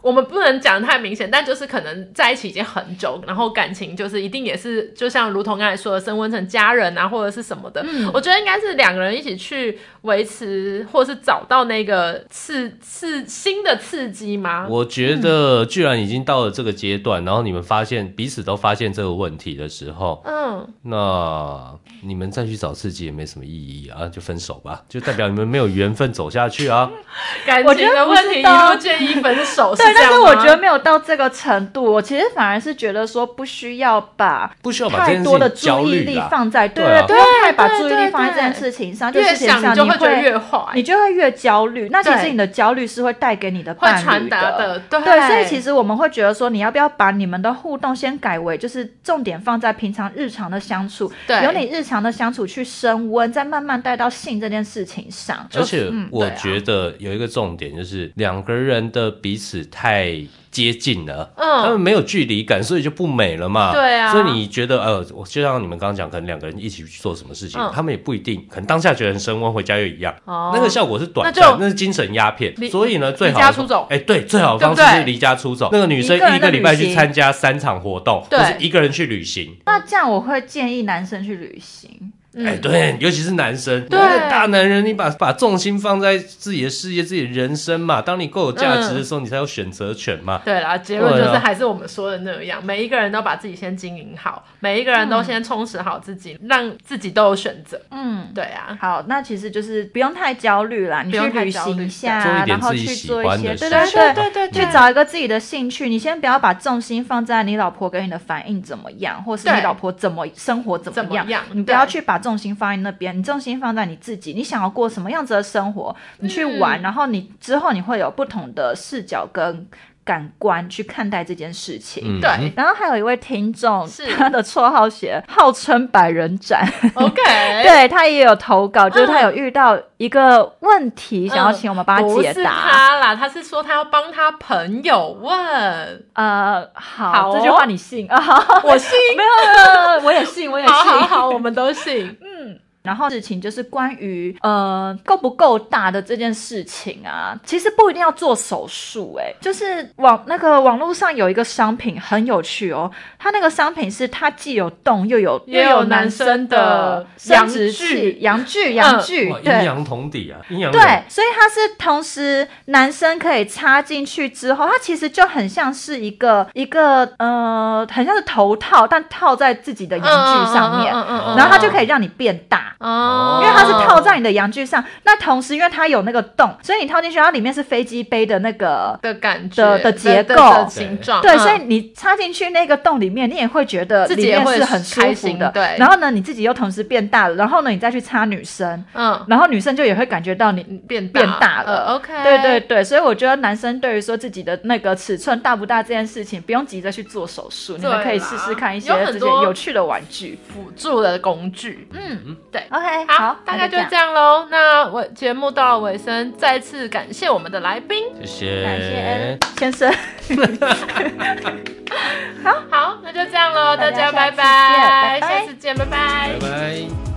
[SPEAKER 2] 我们不能讲得太明显，但就是可能在一起已经很久，然后感情就是一定也是，就像如同刚才说的，升温成家人啊，或者是什么的。
[SPEAKER 1] 嗯
[SPEAKER 2] 我觉得应该是两个人一起去维持，或是找到那个刺刺新的刺激吗？
[SPEAKER 3] 我觉得，居然已经到了这个阶段，然后你们发现彼此都发现这个问题的时候，
[SPEAKER 2] 嗯，
[SPEAKER 3] 那你们再去找刺激也没什么意义啊，就分手吧，就代表你们没有缘分走下去啊。
[SPEAKER 2] 感
[SPEAKER 1] 我
[SPEAKER 2] 情
[SPEAKER 1] 觉得
[SPEAKER 2] 的
[SPEAKER 1] 不
[SPEAKER 2] 问
[SPEAKER 1] 是
[SPEAKER 2] 题
[SPEAKER 1] 到
[SPEAKER 2] 都建议分手，是
[SPEAKER 3] 哦
[SPEAKER 1] 对，
[SPEAKER 2] 这
[SPEAKER 1] 但
[SPEAKER 2] 样
[SPEAKER 1] 是
[SPEAKER 2] 吗
[SPEAKER 1] 我觉得没有到这个程度，我其实反而是觉得说不需要把
[SPEAKER 3] 不需要把这
[SPEAKER 1] 太
[SPEAKER 3] 件事
[SPEAKER 1] 多的
[SPEAKER 3] 情焦
[SPEAKER 1] 注意
[SPEAKER 3] 虑
[SPEAKER 1] 力
[SPEAKER 3] 啦。
[SPEAKER 1] 放在，对
[SPEAKER 3] 对啊
[SPEAKER 1] 不要太把
[SPEAKER 2] 对
[SPEAKER 1] 注意
[SPEAKER 2] 对
[SPEAKER 1] 力放在
[SPEAKER 2] 对
[SPEAKER 1] 这件事情上，这
[SPEAKER 2] 越
[SPEAKER 1] 件事情
[SPEAKER 2] 想
[SPEAKER 1] 上
[SPEAKER 2] 你就
[SPEAKER 1] 你
[SPEAKER 2] 会觉得
[SPEAKER 1] 会
[SPEAKER 2] 越坏，
[SPEAKER 1] 你就会越焦虑。那其实
[SPEAKER 2] 对
[SPEAKER 1] 你的焦虑是会带给你的
[SPEAKER 2] 会
[SPEAKER 1] 伴侣
[SPEAKER 2] 传达
[SPEAKER 1] 的。
[SPEAKER 2] 的，对
[SPEAKER 1] 对，所以其实我们会觉得说，你要不要把你们的互动先改为，就是重点放在平常日常的相处，
[SPEAKER 2] 对
[SPEAKER 1] 由你日常的相处去升温，再慢慢带到性这件事情上。
[SPEAKER 3] 而且
[SPEAKER 2] 嗯
[SPEAKER 3] 我
[SPEAKER 2] 对啊
[SPEAKER 3] 觉得有一个重点就是两个人的彼此太接近了，
[SPEAKER 2] 嗯
[SPEAKER 3] 他们没有距离感，所以就不美了嘛。
[SPEAKER 2] 对啊
[SPEAKER 3] 所以你觉得呃，我就像你们刚刚讲，可能两个人一起去做什么事情，
[SPEAKER 2] 嗯
[SPEAKER 3] 他们也不一定，可能当下觉得很升温，回家又一样。
[SPEAKER 2] 哦
[SPEAKER 3] 那个效果是短
[SPEAKER 2] 那
[SPEAKER 3] 暂
[SPEAKER 2] 就，
[SPEAKER 3] 那是精神鸦片
[SPEAKER 2] 离。
[SPEAKER 3] 所以呢，最好
[SPEAKER 2] 离家
[SPEAKER 3] 的
[SPEAKER 2] 出走
[SPEAKER 3] 哎，对，最好的
[SPEAKER 2] 对不
[SPEAKER 3] 方式是
[SPEAKER 2] 对
[SPEAKER 3] 离家出走。那个女生
[SPEAKER 1] 一个人
[SPEAKER 3] 一个
[SPEAKER 1] 的
[SPEAKER 3] 礼拜
[SPEAKER 1] 旅
[SPEAKER 3] 去
[SPEAKER 1] 行
[SPEAKER 3] 参加三场活动，
[SPEAKER 2] 对
[SPEAKER 3] 或是一个人去旅行。
[SPEAKER 1] 那这样我会建议男生去旅行，
[SPEAKER 2] 嗯
[SPEAKER 3] 哎，对，尤其是男生，
[SPEAKER 2] 对
[SPEAKER 3] 那个大男人，你把把重心放在自己的事业、自己的人生嘛。当你够有价
[SPEAKER 1] 嗯
[SPEAKER 3] 值的时候，你才有选择权嘛。
[SPEAKER 2] 对啦，结论
[SPEAKER 3] 对啊
[SPEAKER 2] 就是还是我们说的那样，每一个人都把自己先经营好，每一个人都先充实好自己，让自己都有选择。
[SPEAKER 1] 嗯。
[SPEAKER 2] 对啊，
[SPEAKER 1] 好，那其实就是不用太焦虑啦，你
[SPEAKER 2] 不
[SPEAKER 1] 去
[SPEAKER 2] 用太
[SPEAKER 1] 旅
[SPEAKER 2] 焦
[SPEAKER 1] 行
[SPEAKER 2] 虑
[SPEAKER 1] 一下，
[SPEAKER 3] 对
[SPEAKER 1] 然后
[SPEAKER 3] 做一点自己
[SPEAKER 1] 去
[SPEAKER 3] 喜
[SPEAKER 1] 做一
[SPEAKER 3] 欢
[SPEAKER 1] 些，
[SPEAKER 3] 的
[SPEAKER 1] 对
[SPEAKER 3] 事情
[SPEAKER 1] 对
[SPEAKER 2] 对对
[SPEAKER 1] 对，
[SPEAKER 2] 对，
[SPEAKER 1] 去找一个自己的兴趣。你先不要把重心放在你老婆给你的反应怎么样，或是你
[SPEAKER 2] 对
[SPEAKER 1] 老婆怎么生活怎
[SPEAKER 2] 怎
[SPEAKER 1] 么
[SPEAKER 2] 么
[SPEAKER 1] 样，
[SPEAKER 2] 样
[SPEAKER 1] 你不要
[SPEAKER 2] 对
[SPEAKER 1] 去把重心放在那边，你重心放在你自己，你想要过什么样子的生活，你去玩，
[SPEAKER 2] 嗯
[SPEAKER 1] 然后你之后你会有不同的视角跟感官去看待这件事情。
[SPEAKER 3] 嗯
[SPEAKER 2] 对
[SPEAKER 1] 然后还有一位听众，
[SPEAKER 2] 是
[SPEAKER 1] 他的绰号写号称百人斩，
[SPEAKER 2] ，OK，
[SPEAKER 1] 对他也有投稿，就是他有遇到一个问题，
[SPEAKER 2] 嗯
[SPEAKER 1] 想要请我们帮
[SPEAKER 2] 不
[SPEAKER 1] 解
[SPEAKER 2] 是
[SPEAKER 1] 答。
[SPEAKER 2] 他啦，他是说他要帮他朋友 问，
[SPEAKER 1] 呃，好，
[SPEAKER 2] 好哦
[SPEAKER 1] 这句话你信啊？好
[SPEAKER 2] 我信，
[SPEAKER 1] 没有，没有我也 信，我也信。
[SPEAKER 2] 好好好，我们 都信。
[SPEAKER 1] 然后事情就是关于呃够不够大的这件事情啊，其实不一定要做手术、欸，就是网那个网络上有一个商品很有趣哦，它那个商品是它既有动又有
[SPEAKER 2] 也有
[SPEAKER 1] 又
[SPEAKER 2] 男
[SPEAKER 1] 生
[SPEAKER 2] 生的
[SPEAKER 1] 生殖
[SPEAKER 2] 阳具
[SPEAKER 1] 器、阳具、阳具，
[SPEAKER 3] 哇阴
[SPEAKER 1] 对。
[SPEAKER 3] 阳同底啊，阴阳
[SPEAKER 1] 对
[SPEAKER 3] 人，
[SPEAKER 1] 所以它是同时男生可以插进去之后，它其实就很像是一个一个呃，很像是头套，但套在自己的阳具上面，
[SPEAKER 2] 嗯嗯嗯嗯嗯
[SPEAKER 1] 然后它就可以让你变大。
[SPEAKER 2] 哦，
[SPEAKER 1] 因为它是套在你的阳具上，那同时因为它有那个洞，所以你套进去，它里面是飞机杯的那个，
[SPEAKER 2] 的感觉
[SPEAKER 1] 的的结构
[SPEAKER 2] 的的形状，
[SPEAKER 1] 对，
[SPEAKER 2] 嗯
[SPEAKER 1] 所以你插进去那个洞里面，你也会觉得
[SPEAKER 2] 自己
[SPEAKER 1] 里
[SPEAKER 2] 也
[SPEAKER 1] 面
[SPEAKER 2] 会
[SPEAKER 1] 是很舒
[SPEAKER 2] 开
[SPEAKER 1] 服
[SPEAKER 2] 心
[SPEAKER 1] 的。
[SPEAKER 2] 对
[SPEAKER 1] 然后呢，你自己又同时变大了，然后呢，你再去插女生，
[SPEAKER 2] 嗯
[SPEAKER 1] 然后女生就也会感觉到你
[SPEAKER 2] 变
[SPEAKER 1] 变大了
[SPEAKER 2] 呃 OK，
[SPEAKER 1] 对对对，所以我觉得男生对于说自己的那个尺寸大不大这件事情，不用急着去做手术，你们
[SPEAKER 2] 对
[SPEAKER 1] 可以
[SPEAKER 2] 啦
[SPEAKER 1] 试试看一些
[SPEAKER 2] 有很
[SPEAKER 1] 这些
[SPEAKER 2] 多
[SPEAKER 1] 有趣的玩具。
[SPEAKER 2] 辅助的工具，
[SPEAKER 1] 嗯
[SPEAKER 2] 对
[SPEAKER 1] ，OK，
[SPEAKER 2] 好，大概就
[SPEAKER 1] 那
[SPEAKER 2] 这样喽。那我节目到了尾声，再次感谢我们的来宾。
[SPEAKER 3] 谢谢，
[SPEAKER 1] 感谢 Alan 先生，
[SPEAKER 2] 好，那就这样喽，
[SPEAKER 1] 大
[SPEAKER 2] 大
[SPEAKER 1] 家下
[SPEAKER 2] 家拜
[SPEAKER 1] 次见拜拜
[SPEAKER 2] 下次见，拜拜
[SPEAKER 3] 拜拜。